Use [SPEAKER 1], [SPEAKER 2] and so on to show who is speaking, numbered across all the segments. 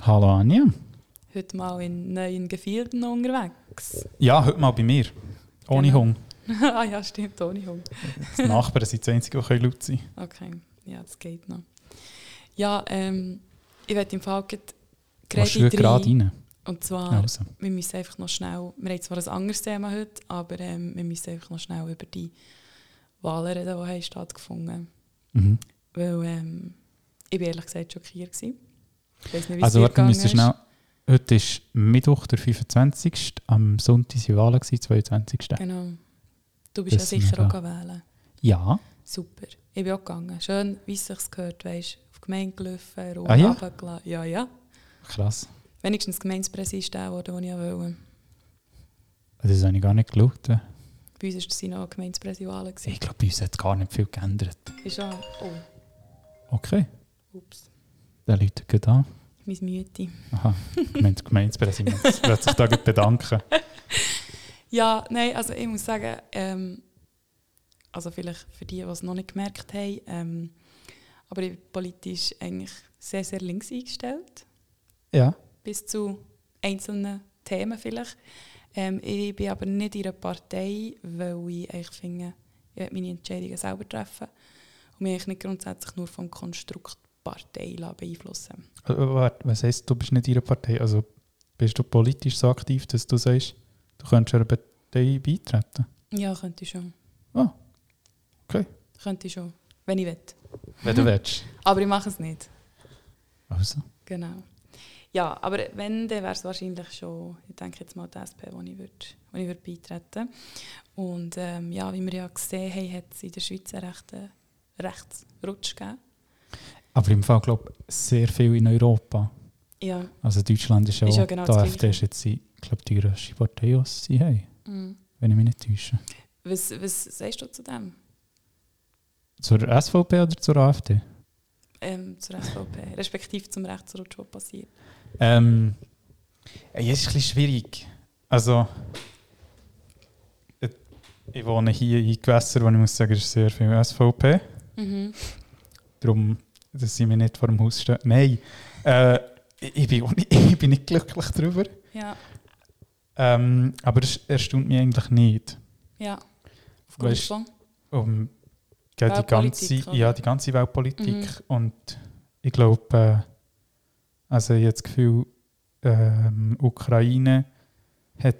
[SPEAKER 1] Hallo Anja.
[SPEAKER 2] Heute mal in neuen Gefilden unterwegs.
[SPEAKER 1] Ja, heute mal bei mir. Ohne
[SPEAKER 2] Genau.
[SPEAKER 1] Hunger.
[SPEAKER 2] ah ja, stimmt, ohne Hunger.
[SPEAKER 1] Die Nachbarn sind die Einzigen, die können laut sein
[SPEAKER 2] Okay, ja, das geht noch. Ja, ähm, ich werde im Fall gerade
[SPEAKER 1] können. Du gerade
[SPEAKER 2] rein.
[SPEAKER 1] rein.
[SPEAKER 2] Und zwar,
[SPEAKER 1] Also.
[SPEAKER 2] wir müssen einfach noch schnell, wir haben zwar ein anderes Thema heute, aber ähm, wir müssen einfach noch schnell über die Wahlen reden, die haben stattgefunden
[SPEAKER 1] Mhm.
[SPEAKER 2] Weil ähm, ich bin ehrlich gesagt schockiert gewesen. Ich weiss nicht, wie es
[SPEAKER 1] Also
[SPEAKER 2] dir
[SPEAKER 1] warte, wir
[SPEAKER 2] gegangen
[SPEAKER 1] müssen
[SPEAKER 2] ist.
[SPEAKER 1] schnell... Heute ist Mittwoch, der 25. Am Sonntag waren Wahlen, gewesen, 22.
[SPEAKER 2] Genau. Du bist
[SPEAKER 1] Das
[SPEAKER 2] ja
[SPEAKER 1] ist mir
[SPEAKER 2] sicher auch
[SPEAKER 1] klar.
[SPEAKER 2] wählen.
[SPEAKER 1] Ja.
[SPEAKER 2] Super. Ich bin auch gegangen. Schön, wie es sich gehört, weißt Auf die Gemeinde gelaufen, runter,
[SPEAKER 1] Ah ja?
[SPEAKER 2] runtergelassen. Ja, ja.
[SPEAKER 1] Krass.
[SPEAKER 2] Wenigstens Gemeindepräsident der wurde, den ich auch wollte.
[SPEAKER 1] Also, Das habe ich gar nicht geschaut. äh.
[SPEAKER 2] Bei uns war das noch Gemeindepräsiduale.
[SPEAKER 1] Ich glaube, bei uns hat es gar nicht viel geändert.
[SPEAKER 2] Ist auch. Oh,
[SPEAKER 1] Okay,
[SPEAKER 2] ups.
[SPEAKER 1] dann läutet geht an.
[SPEAKER 2] Mein Mütti.
[SPEAKER 1] Aha, Gemeinde- Gemeindepräsident wird sich da gleich bedanken.
[SPEAKER 2] Ja, nein, also ich muss sagen, ähm, also vielleicht für die, die es noch nicht gemerkt haben, ähm, aber ich bin politisch eigentlich sehr, sehr links eingestellt.
[SPEAKER 1] Ja.
[SPEAKER 2] bis zu einzelnen Themen vielleicht. Ähm, ich bin aber nicht in einer Partei, weil ich eigentlich finde, ich will meine Entscheidungen selber treffen und mich eigentlich nicht grundsätzlich nur vom Konstrukt Partei lassen beeinflussen.
[SPEAKER 1] Äh, Warte, was heisst, du bist nicht in einer Partei? Also bist du politisch so aktiv, dass du sagst, du könntest einer Partei beitreten?
[SPEAKER 2] Ja, könnte ich schon.
[SPEAKER 1] Ah, okay.
[SPEAKER 2] Könnte ich schon, wenn ich will.
[SPEAKER 1] Wenn du willst.
[SPEAKER 2] Aber ich mache es nicht.
[SPEAKER 1] Mhm. Also.
[SPEAKER 2] Genau. Ja, aber wenn, dann wäre es wahrscheinlich schon, ich denke jetzt mal die SP, wo ich, würd, wo ich würd beitreten Und ähm, ja, wie wir ja gesehen haben, hat es in der Schweiz einen rechten Rechtsrutsch gegeben.
[SPEAKER 1] Aber im Fall, glaube ich, sehr viel in Europa.
[SPEAKER 2] Ja.
[SPEAKER 1] Also Deutschland ist ja,
[SPEAKER 2] Ist ja
[SPEAKER 1] auch-
[SPEAKER 2] genau
[SPEAKER 1] die
[SPEAKER 2] das
[SPEAKER 1] AfD ist
[SPEAKER 2] Gleiche.
[SPEAKER 1] jetzt, glaube die grösste Partei, die sie haben,
[SPEAKER 2] Mhm.
[SPEAKER 1] wenn ich mich nicht täusche.
[SPEAKER 2] Was, was sagst du zu dem?
[SPEAKER 1] Zur SVP oder zur AfD?
[SPEAKER 2] Ähm, zur SVP, respektive zum Rechtsrutsch, der passiert.
[SPEAKER 1] Ähm, ja, es ist ein bisschen schwierig. Also, äh, ich wohne hier in Gewässern, wo ich muss sagen, es ist sehr viel SVP.
[SPEAKER 2] Mhm.
[SPEAKER 1] Darum, dass sie mir nicht vor dem Haus stehen. Nein, äh, ich, ich bin auch nicht, ich bin nicht glücklich darüber.
[SPEAKER 2] Ja,
[SPEAKER 1] Ähm, aber es erstaunt mich eigentlich nicht.
[SPEAKER 2] ja.
[SPEAKER 1] Weil es
[SPEAKER 2] Grundfang.
[SPEAKER 1] um gell, die,
[SPEAKER 2] Weltpolitik,
[SPEAKER 1] ganze, ja,
[SPEAKER 2] oder?
[SPEAKER 1] die ganze Weltpolitik.
[SPEAKER 2] Mhm.
[SPEAKER 1] Und ich glaube, äh, also ich habe das Gefühl, ähm, Ukraine hat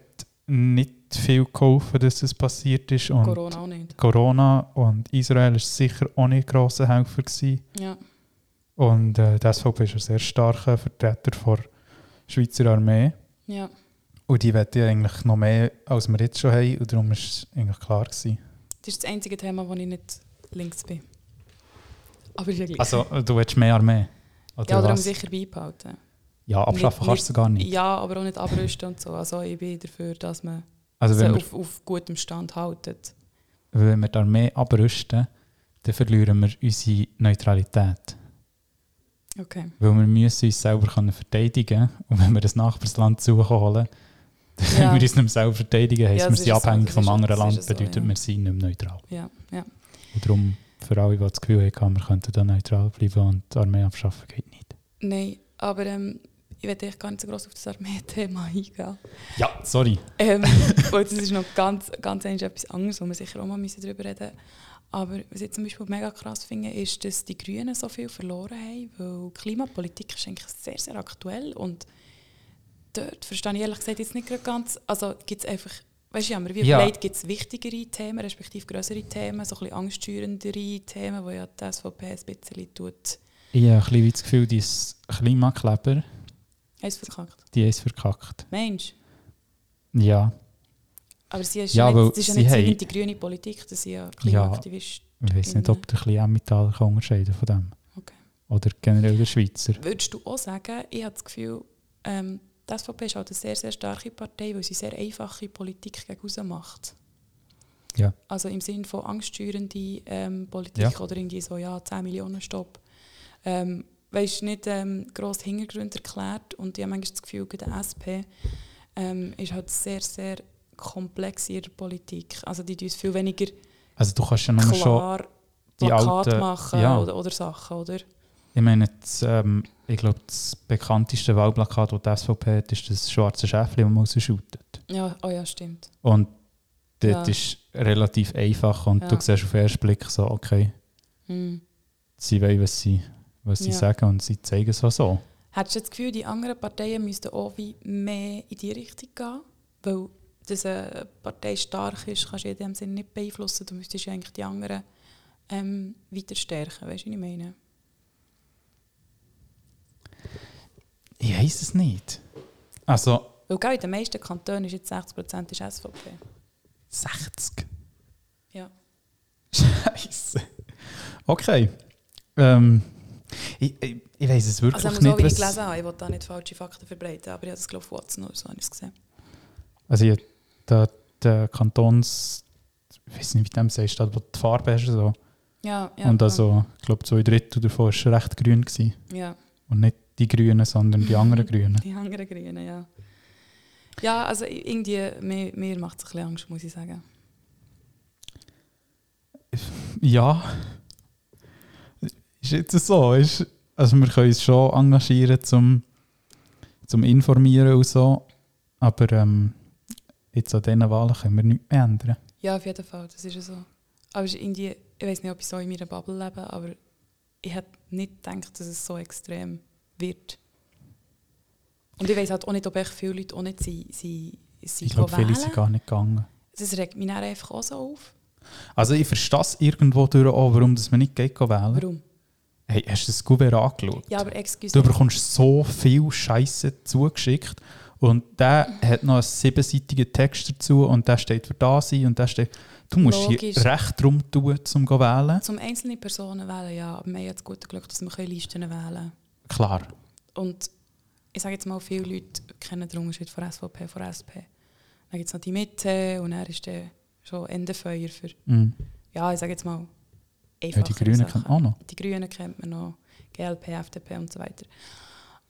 [SPEAKER 1] nicht viel geholfen, dass es passiert ist. Und Corona.
[SPEAKER 2] Corona auch nicht.
[SPEAKER 1] und Israel ist sicher auch nicht grosser Helfer gewesen.
[SPEAKER 2] Ja,
[SPEAKER 1] Und äh, die SVP ist ein sehr starker Vertreter der Schweizer Armee.
[SPEAKER 2] ja.
[SPEAKER 1] Und die wollte eigentlich noch mehr, als wir jetzt schon haben. Und darum war es eigentlich klar. Gewesen.
[SPEAKER 2] Das ist das einzige Thema, wo ich nicht links bin. Aber ist ja gleich.
[SPEAKER 1] Also, äh, du willst mehr Armee? Oder
[SPEAKER 2] ja, oder
[SPEAKER 1] was?
[SPEAKER 2] muss sicher beibehalten.
[SPEAKER 1] Ja, abschaffen
[SPEAKER 2] Nicht-
[SPEAKER 1] kannst du gar nicht.
[SPEAKER 2] Ja, aber auch nicht abrüsten und so. Also ich bin dafür, dass man
[SPEAKER 1] Also
[SPEAKER 2] sie
[SPEAKER 1] wenn wir,
[SPEAKER 2] auf, auf gutem Stand haltet.
[SPEAKER 1] wenn wir die Armee abrüsten, dann verlieren wir unsere Neutralität.
[SPEAKER 2] Okay.
[SPEAKER 1] Weil wir müssen uns selber können verteidigen Und wenn wir ein Nachbarsland zuholen, dann können
[SPEAKER 2] Ja.
[SPEAKER 1] wir uns nicht mehr selber verteidigen. Heisst,
[SPEAKER 2] Ja,
[SPEAKER 1] wir
[SPEAKER 2] das
[SPEAKER 1] sind
[SPEAKER 2] ist so,
[SPEAKER 1] abhängig
[SPEAKER 2] das
[SPEAKER 1] vom
[SPEAKER 2] ist-
[SPEAKER 1] anderen
[SPEAKER 2] das ist
[SPEAKER 1] Land,
[SPEAKER 2] so,
[SPEAKER 1] bedeutet,
[SPEAKER 2] ja.
[SPEAKER 1] wir sind nicht mehr neutral.
[SPEAKER 2] Ja, ja.
[SPEAKER 1] Und darum, für alle, die das Gefühl haben, wir könnten da neutral bleiben und die Armee abschaffen, geht nicht.
[SPEAKER 2] Nein, aber ähm, ich werde eigentlich gar nicht so gross auf das Armee-Thema eingehen.
[SPEAKER 1] Ja, sorry.
[SPEAKER 2] Ähm, weil das ist noch ganz, ganz eins etwas anderes, wo wir sicher auch mal müssen darüber reden Aber was ich zum Beispiel mega krass finde, ist, dass die Grünen so viel verloren haben, weil Klimapolitik ist eigentlich sehr, sehr aktuell und dort verstehe ich ehrlich gesagt jetzt nicht gerade ganz, also gibt es einfach, weißt du, ja, wir wie
[SPEAKER 1] Ja.
[SPEAKER 2] überlegt, gibt es wichtigere Themen, respektive größere Themen, so ein bisschen angststeuerndere Themen, wo ja die SVP ein bisschen tut.
[SPEAKER 1] Ich habe ein bisschen wie das Gefühl, dieses Klimakleber,
[SPEAKER 2] Hast du verkackt?
[SPEAKER 1] die ist verkackt.
[SPEAKER 2] Mensch,
[SPEAKER 1] Ja,
[SPEAKER 2] aber sie ist
[SPEAKER 1] Ja,
[SPEAKER 2] ja,
[SPEAKER 1] weil
[SPEAKER 2] nicht, das ist ja
[SPEAKER 1] sie
[SPEAKER 2] nicht
[SPEAKER 1] haben-
[SPEAKER 2] zwingend die grüne Politik, das sind ja Klimaaktivisten.
[SPEAKER 1] ich weiß nicht, ob der ein bisschen Emmental kann unterscheiden von dem.
[SPEAKER 2] Mhm. Okay.
[SPEAKER 1] Oder generell der Schweizer.
[SPEAKER 2] Würdest du auch sagen, ich habe das Gefühl, ähm, die SVP ist halt eine sehr, sehr starke Partei, weil sie sehr einfache Politik gegen aussen macht.
[SPEAKER 1] Ja.
[SPEAKER 2] Also im Sinne von angststeuernde ähm, Politik
[SPEAKER 1] Ja.
[SPEAKER 2] oder irgendwie so, ja, 10 Millionen Stopp. Ähm, weißt du, nicht ähm, gross Hintergrund erklärt und ich habe manchmal das Gefühl, gerade die SP ähm, ist halt sehr, sehr komplex in ihrer Politik. Also die tun uns viel weniger
[SPEAKER 1] Also du kannst ja nur schon...
[SPEAKER 2] klar
[SPEAKER 1] die
[SPEAKER 2] Plakat
[SPEAKER 1] alten-
[SPEAKER 2] machen
[SPEAKER 1] ja.
[SPEAKER 2] oder, oder Sachen, oder?
[SPEAKER 1] Ich meine, das, ähm, ich glaube, das bekannteste Wahlplakat, das die SVP hat, ist das schwarze Schäfchen, das man rausschautet.
[SPEAKER 2] Ja, oh ja, stimmt.
[SPEAKER 1] Und das
[SPEAKER 2] Ja.
[SPEAKER 1] ist relativ einfach und du
[SPEAKER 2] Ja.
[SPEAKER 1] siehst auf den ersten Blick so, okay,
[SPEAKER 2] Hm.
[SPEAKER 1] sie wollen, was sie, was sie
[SPEAKER 2] Ja.
[SPEAKER 1] sagen und sie zeigen es auch so.
[SPEAKER 2] Hättest du das Gefühl, die anderen Parteien müssten auch wie mehr in die Richtung gehen? Weil, dass eine Partei stark ist, kannst du in dem Sinne nicht beeinflussen. Du müsstest ja eigentlich die anderen ähm, weiter stärken. Weißt du, was ich meine?
[SPEAKER 1] Ich weiß es nicht. Also
[SPEAKER 2] Weil gell, in den meisten Kantonen ist jetzt 60% ist SVP.
[SPEAKER 1] 60.
[SPEAKER 2] Ja.
[SPEAKER 1] Scheiße. Okay. Ähm, ich ich, ich weiß es wirklich
[SPEAKER 2] Also, ich muss so,
[SPEAKER 1] nicht.
[SPEAKER 2] wie ich
[SPEAKER 1] was-
[SPEAKER 2] gelesen habe, ich will da nicht falsche Fakten verbreiten, aber ich habe das, glaube ich, auf Watson oder so habe ich es gesehen.
[SPEAKER 1] Also ich, der, der Kantons, ich weiß nicht, wie dem sagst, dort, wo du die Farbe hast. So.
[SPEAKER 2] Ja, ja.
[SPEAKER 1] und also, ich glaube, zwei Drittel davon war recht grün. Gewesen.
[SPEAKER 2] Ja.
[SPEAKER 1] Und nicht die Grünen, sondern die anderen Grünen.
[SPEAKER 2] Die anderen Grünen, ja. Ja, also i- irgendwie, mir, mir macht es ein bisschen Angst, muss ich sagen.
[SPEAKER 1] Ja. Ist jetzt so. Ist, also wir können uns schon engagieren zum, zum Informieren und so. Aber ähm, jetzt an diesen Wahlen können wir nichts mehr ändern.
[SPEAKER 2] Ja, auf jeden Fall, das ist ja so. Aber es ist irgendwie, ich weiß nicht, ob ich so in meiner Bubble lebe, aber ich hätte nicht gedacht, dass es so extrem wird. Und ich weiß halt auch nicht, ob echt viele Leute auch nicht sie, sie, sie
[SPEAKER 1] Ich glaube, viele sind gar nicht gegangen.
[SPEAKER 2] Das regt mich dann einfach auch so auf.
[SPEAKER 1] Also ich verstehe es irgendwo durch auch, warum dass man nicht geht wählen kann.
[SPEAKER 2] Warum?
[SPEAKER 1] Hey, hast du das Gouverneur angeschaut?
[SPEAKER 2] Ja, aber excuse
[SPEAKER 1] Du bekommst so viel Scheiße zugeschickt und der hat noch einen siebenseitigen Text dazu und der steht für das ein und der steht... Du musst
[SPEAKER 2] Logisch.
[SPEAKER 1] hier recht drum tun, um zu wählen.
[SPEAKER 2] Zum einzelnen Personen wählen, ja, aber wir haben ja das gute Glück, dass wir können Listen wählen können.
[SPEAKER 1] Klar.
[SPEAKER 2] Und ich sage jetzt mal, viele Leute kennen den Unterschied von SVP, von SP. Dann gibt es noch die Mitte und er ist dann schon Ende Feuer für,
[SPEAKER 1] Mhm.
[SPEAKER 2] ja, ich sage jetzt mal,
[SPEAKER 1] Ja, die
[SPEAKER 2] einfachere
[SPEAKER 1] Grünen
[SPEAKER 2] Sachen.
[SPEAKER 1] kennen auch noch.
[SPEAKER 2] Die Grünen kennt man noch, GLP, FDP und so weiter.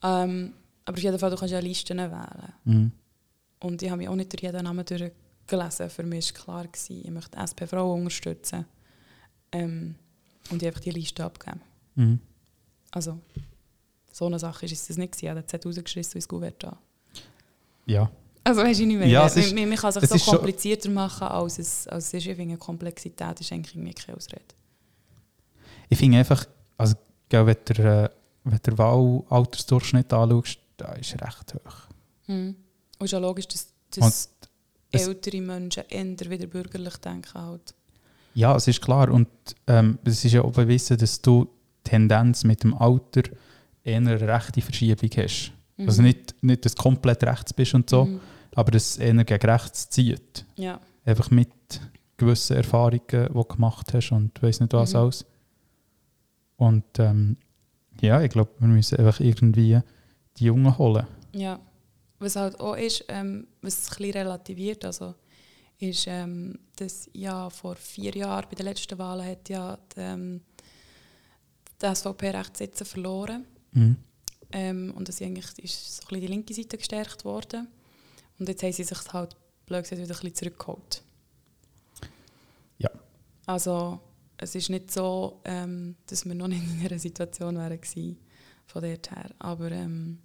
[SPEAKER 2] Ähm, aber auf jeden Fall, du kannst ja Listen wählen.
[SPEAKER 1] Mhm.
[SPEAKER 2] Und ich habe mich auch nicht durch jeden Namen durchgelesen. Für mich war klar, gewesen, ich möchte SP Frauen unterstützen. Ähm, und ich habe einfach die Liste abgegeben.
[SPEAKER 1] Mhm.
[SPEAKER 2] Also, so eine Sache ist es nicht. gewesen. Er hat es rausgeschissen ins Gouverneur an.
[SPEAKER 1] Ja.
[SPEAKER 2] Also weißt du nicht mehr.
[SPEAKER 1] Ja,
[SPEAKER 2] Ja,
[SPEAKER 1] es ist-
[SPEAKER 2] man, man kann sich
[SPEAKER 1] es
[SPEAKER 2] so
[SPEAKER 1] ist schon-
[SPEAKER 2] komplizierter machen, als es, als es ist. Ich finde, Komplexität ist eigentlich irgendwie keine Ausrede.
[SPEAKER 1] Ich finde einfach, also, gell, wenn du äh, wenn der Wahlaltersdurchschnitt anschaust, der ist recht hoch.
[SPEAKER 2] Mhm. Und ist ja logisch, dass,
[SPEAKER 1] Und
[SPEAKER 2] dass
[SPEAKER 1] es-
[SPEAKER 2] ältere Menschen eher wieder bürgerlich denken. Halt.
[SPEAKER 1] Ja, es ist klar. Und ähm, es ist ja auch bewiesen, dass du die Tendenz mit dem Alter eher eine rechte Verschiebung hast.
[SPEAKER 2] Mhm.
[SPEAKER 1] Also nicht, nicht, dass du komplett rechts bist und so,
[SPEAKER 2] Mhm.
[SPEAKER 1] aber dass es eher gegen rechts zieht.
[SPEAKER 2] Ja.
[SPEAKER 1] Einfach mit gewissen Erfahrungen, die du gemacht hast und weiß nicht was
[SPEAKER 2] Mhm.
[SPEAKER 1] alles. Und ähm, ja, ich glaube, wir müssen einfach irgendwie die Jungen holen.
[SPEAKER 2] Ja, was halt auch ist, ähm, was es ein bisschen relativiert, also ist, ähm, dass ja vor vier Jahren bei den letzten Wahlen hat ja die, ähm, die SVP recht Sitze verloren
[SPEAKER 1] Mhm.
[SPEAKER 2] ähm, und das eigentlich ist so ein bisschen die linke Seite gestärkt worden und jetzt haben sie sich halt blöd gesagt wieder ein bisschen zurückgeholt.
[SPEAKER 1] Ja.
[SPEAKER 2] Also es ist nicht so, ähm, dass wir noch nicht in einer Situation wären gewesen, von dort her, aber ähm,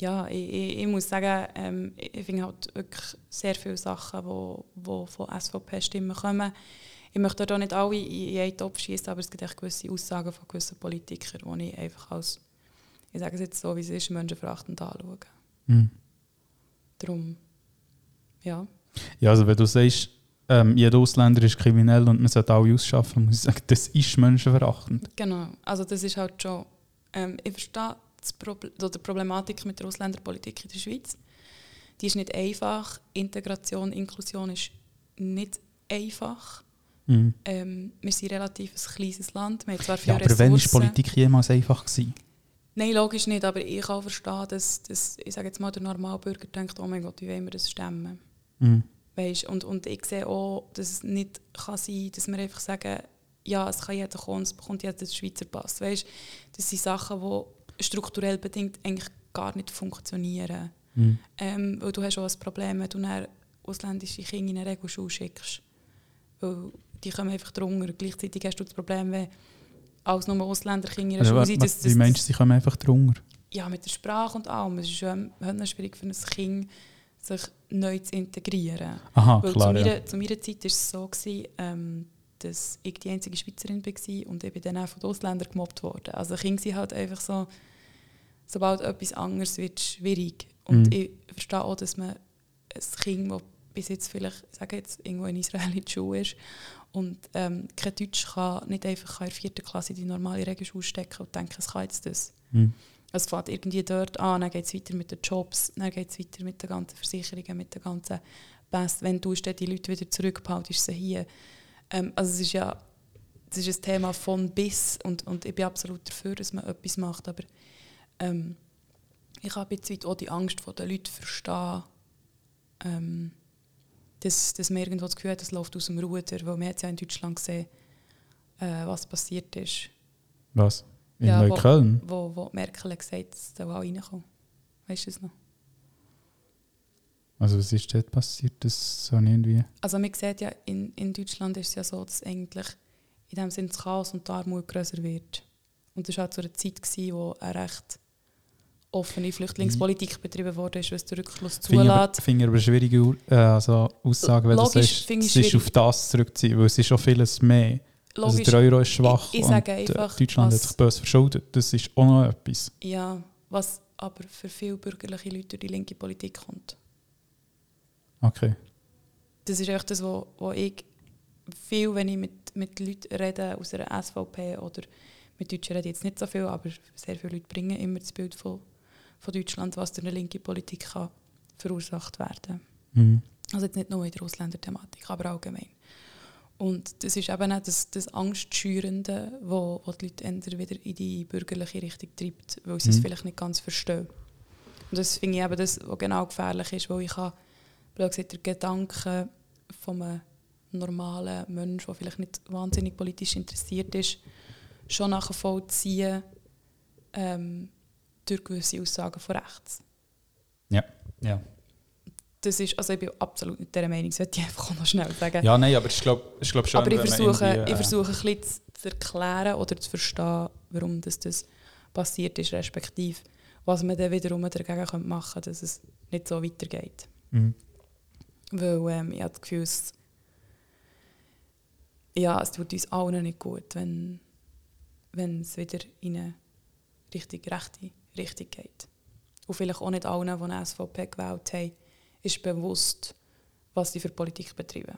[SPEAKER 2] ja, ich, ich, ich muss sagen, ähm, ich ich finde halt wirklich sehr viele Sachen, die wo, wo von SVP-Stimmen kommen. Ich möchte da nicht alle in in einen Topf schießen, aber es gibt echt gewisse Aussagen von gewissen Politikern, die ich einfach als, ich sage es jetzt so, wie es ist, menschenverachtend anschaue.
[SPEAKER 1] Mhm.
[SPEAKER 2] Darum, ja.
[SPEAKER 1] Ja, also wenn du sagst, ähm, jeder Ausländer ist kriminell und man sollte alle ausschaffen, muss ich sagen, das ist menschenverachtend.
[SPEAKER 2] Genau, also das ist halt schon, ähm, ich verstehe das Probl oder die Problematik mit der Ausländerpolitik in der Schweiz. Die ist nicht einfach, Integration, Inklusion ist nicht einfach.
[SPEAKER 1] Mhm.
[SPEAKER 2] Ähm, wir sind relativ ein kleines Land, wir haben zwar
[SPEAKER 1] Ja,
[SPEAKER 2] viele
[SPEAKER 1] aber wenn ist Politik jemals einfach gewesen?
[SPEAKER 2] Nein, logisch nicht, aber ich kann verstehen, dass, dass ich sage jetzt mal, der Normalbürger denkt, oh mein Gott, wie wollen wir das stemmen?
[SPEAKER 1] Mhm.
[SPEAKER 2] Weißt, und, und ich sehe auch, dass es nicht kann sein kann, dass wir einfach sagen, ja, es kann jeder kommen, es bekommt jeder den Schweizer Pass. Weißt, das sind Sachen, die strukturell bedingt eigentlich gar nicht funktionieren.
[SPEAKER 1] Mhm.
[SPEAKER 2] Ähm, weil du hast auch ein Problem, wenn du dann ausländische Kinder in eine Regelschule schickst. Weil die kommen einfach drunter. Gleichzeitig hast du das Problem, wenn als nur Ausländerkinder in der
[SPEAKER 1] Also,
[SPEAKER 2] Schule
[SPEAKER 1] wa-
[SPEAKER 2] sind.
[SPEAKER 1] wa-
[SPEAKER 2] dass-
[SPEAKER 1] wie
[SPEAKER 2] dass-
[SPEAKER 1] meinst du, sie kommen einfach drunter?
[SPEAKER 2] ja, mit der Sprache und allem. Es ist schon heute schwierig für ein Kind, sich neu zu integrieren.
[SPEAKER 1] Aha,
[SPEAKER 2] Weil
[SPEAKER 1] Ah, klar.
[SPEAKER 2] zu,
[SPEAKER 1] Ja.
[SPEAKER 2] meiner, zu meiner Zeit war es so, gewesen, ähm, dass ich die einzige Schweizerin war und ich bin dann auch von den Ausländern gemobbt worden. Also Kinder sind halt einfach so, sobald etwas anderes wird, schwierig. Und
[SPEAKER 1] Mhm.
[SPEAKER 2] ich verstehe auch, dass man ein Kind, das bis jetzt vielleicht, sage jetzt, irgendwo in Israel in der Schule ist und ähm, kein Deutsch kann, nicht einfach kann in der vierten Klasse in die normale Regelschule stecken und denken, es kann jetzt das.
[SPEAKER 1] Hm.
[SPEAKER 2] Es fängt irgendwie dort an, dann geht es weiter mit den Jobs, dann geht es weiter mit den ganzen Versicherungen, mit den ganzen Pässen. Wenn du dann die Leute wieder zurückbehaltest, sie hier. Ähm, also es ist ja es ist ein Thema von bis und, und ich bin absolut dafür, dass man etwas macht, aber ähm, ich habe jetzt weit auch die Angst vor den Leuten verstehen, ähm, dass, dass man irgendwo das Gefühl hat, es läuft aus dem Ruder, weil man hat ja in Deutschland gesehen, äh, was passiert ist
[SPEAKER 1] Was? In
[SPEAKER 2] Ja, wo-
[SPEAKER 1] Neukölln?
[SPEAKER 2] wo, wo Merkel gesagt hat, es soll alle reinkommen. Weißt du das noch?
[SPEAKER 1] Also was ist dort passiert? Das so irgendwie...
[SPEAKER 2] Also man sieht ja, in, in Deutschland ist es ja so, dass eigentlich in dem Sinne das Chaos und die Armut grösser wird. Und das war auch zu einer Zeit, gewesen, wo eine recht offene Flüchtlingspolitik betrieben wurde, ist, was den Rückschluss
[SPEAKER 1] Mhm. Finde ich aber-
[SPEAKER 2] zulässt.
[SPEAKER 1] Finde ich aber schwierige Ur- äh, also Aussagen, weil
[SPEAKER 2] Logisch
[SPEAKER 1] du sagst,
[SPEAKER 2] finde ich
[SPEAKER 1] es ist
[SPEAKER 2] schwierig.
[SPEAKER 1] auf das zurückzuziehen, weil es ist schon vieles mehr.
[SPEAKER 2] Logisch,
[SPEAKER 1] also der Euro ist schwach
[SPEAKER 2] ich- ich
[SPEAKER 1] und
[SPEAKER 2] sage
[SPEAKER 1] äh,
[SPEAKER 2] einfach,
[SPEAKER 1] Deutschland hat
[SPEAKER 2] was-
[SPEAKER 1] sich böse verschuldet. Das ist auch noch etwas.
[SPEAKER 2] ja, was aber für viele bürgerliche Leute durch die linke Politik kommt.
[SPEAKER 1] Okay.
[SPEAKER 2] das ist echt das, wo, wo ich viel, wenn ich mit, mit Leuten rede aus einer SVP oder mit Deutschen rede ich jetzt nicht so viel, aber sehr viele Leute bringen immer das Bild von, von Deutschland, was durch eine linke Politik kann verursacht werden
[SPEAKER 1] Mhm.
[SPEAKER 2] also jetzt nicht nur in der Ausländer-Thematik, aber allgemein. Und das ist eben auch das, das Angstschürende, wo, wo die Leute entweder wieder in die bürgerliche Richtung treibt, weil sie es
[SPEAKER 1] Mhm.
[SPEAKER 2] vielleicht nicht ganz verstehen. Und das finde ich eben das, was genau gefährlich ist, weil ich habe, blöd gesagt, den Gedanken von einem normalen Menschen, der vielleicht nicht wahnsinnig politisch interessiert ist, schon nachvollziehen ähm, durch gewisse Aussagen von rechts
[SPEAKER 1] Ja.
[SPEAKER 2] das ist, also ich bin absolut nicht der Meinung, das sollte ich einfach auch noch schnell sagen.
[SPEAKER 1] ja, nein, aber ich glaube ich glaub schon,
[SPEAKER 2] Aber ich
[SPEAKER 1] wenn man
[SPEAKER 2] versuche,
[SPEAKER 1] irgendwie,
[SPEAKER 2] ich
[SPEAKER 1] äh,
[SPEAKER 2] versuche ein bisschen zu zu erklären oder zu verstehen, warum das, das passiert ist, respektive was man dann wiederum dagegen könnte machen könnte, dass es nicht so weitergeht.
[SPEAKER 1] Mhm.
[SPEAKER 2] Weil ähm, ich habe das Gefühl, es, ja, es tut uns allen nicht gut, wenn, wenn es wieder in eine richtig rechte Richtung geht. Und vielleicht auch nicht allen, die eine SVP gewählt haben, ist bewusst, was sie für Politik betreiben.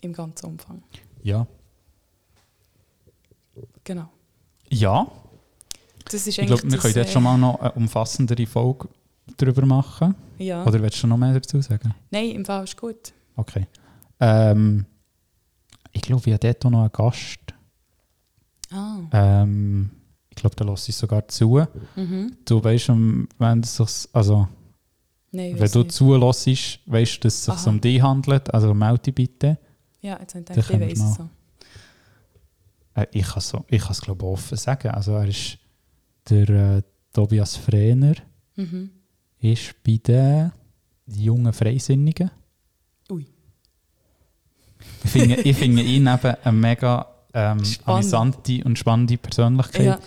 [SPEAKER 2] Im ganzen Umfang.
[SPEAKER 1] Ja.
[SPEAKER 2] Genau.
[SPEAKER 1] Ja,
[SPEAKER 2] Das ist
[SPEAKER 1] ich
[SPEAKER 2] eigentlich
[SPEAKER 1] glaube, wir
[SPEAKER 2] das,
[SPEAKER 1] können jetzt
[SPEAKER 2] äh,
[SPEAKER 1] schon mal noch eine umfassendere Folge darüber machen.
[SPEAKER 2] äh, Ja.
[SPEAKER 1] Oder willst du noch mehr dazu sagen?
[SPEAKER 2] Nein, im Fall ist gut.
[SPEAKER 1] Okay. Ähm, ich glaube, ich habe dort auch noch einen Gast.
[SPEAKER 2] Ah.
[SPEAKER 1] Ähm, ich glaube, der lässt uns sogar zu.
[SPEAKER 2] Mhm.
[SPEAKER 1] Du weißt, um wenn es sich, also
[SPEAKER 2] Nein, ich
[SPEAKER 1] wenn
[SPEAKER 2] weiss
[SPEAKER 1] du
[SPEAKER 2] nicht.
[SPEAKER 1] zulässt, weißt du, dass es sich
[SPEAKER 2] Aha.
[SPEAKER 1] um dich handelt. Also melde dich bitte.
[SPEAKER 2] Ja, jetzt habe ich
[SPEAKER 1] Da
[SPEAKER 2] gedacht, ich
[SPEAKER 1] können wir
[SPEAKER 2] weiss
[SPEAKER 1] mal-
[SPEAKER 2] es so.
[SPEAKER 1] Äh, ich kann es, ich kann's, glaube ich, offen sagen. Also er ist der äh, Tobias Frehner,
[SPEAKER 2] Mhm.
[SPEAKER 1] ist bei den jungen Freisinnigen.
[SPEAKER 2] Ui.
[SPEAKER 1] Ich finde, ich finde ihn eben eine mega ähm,
[SPEAKER 2] Spannend.
[SPEAKER 1] amüsante und spannende Persönlichkeit.
[SPEAKER 2] Ja.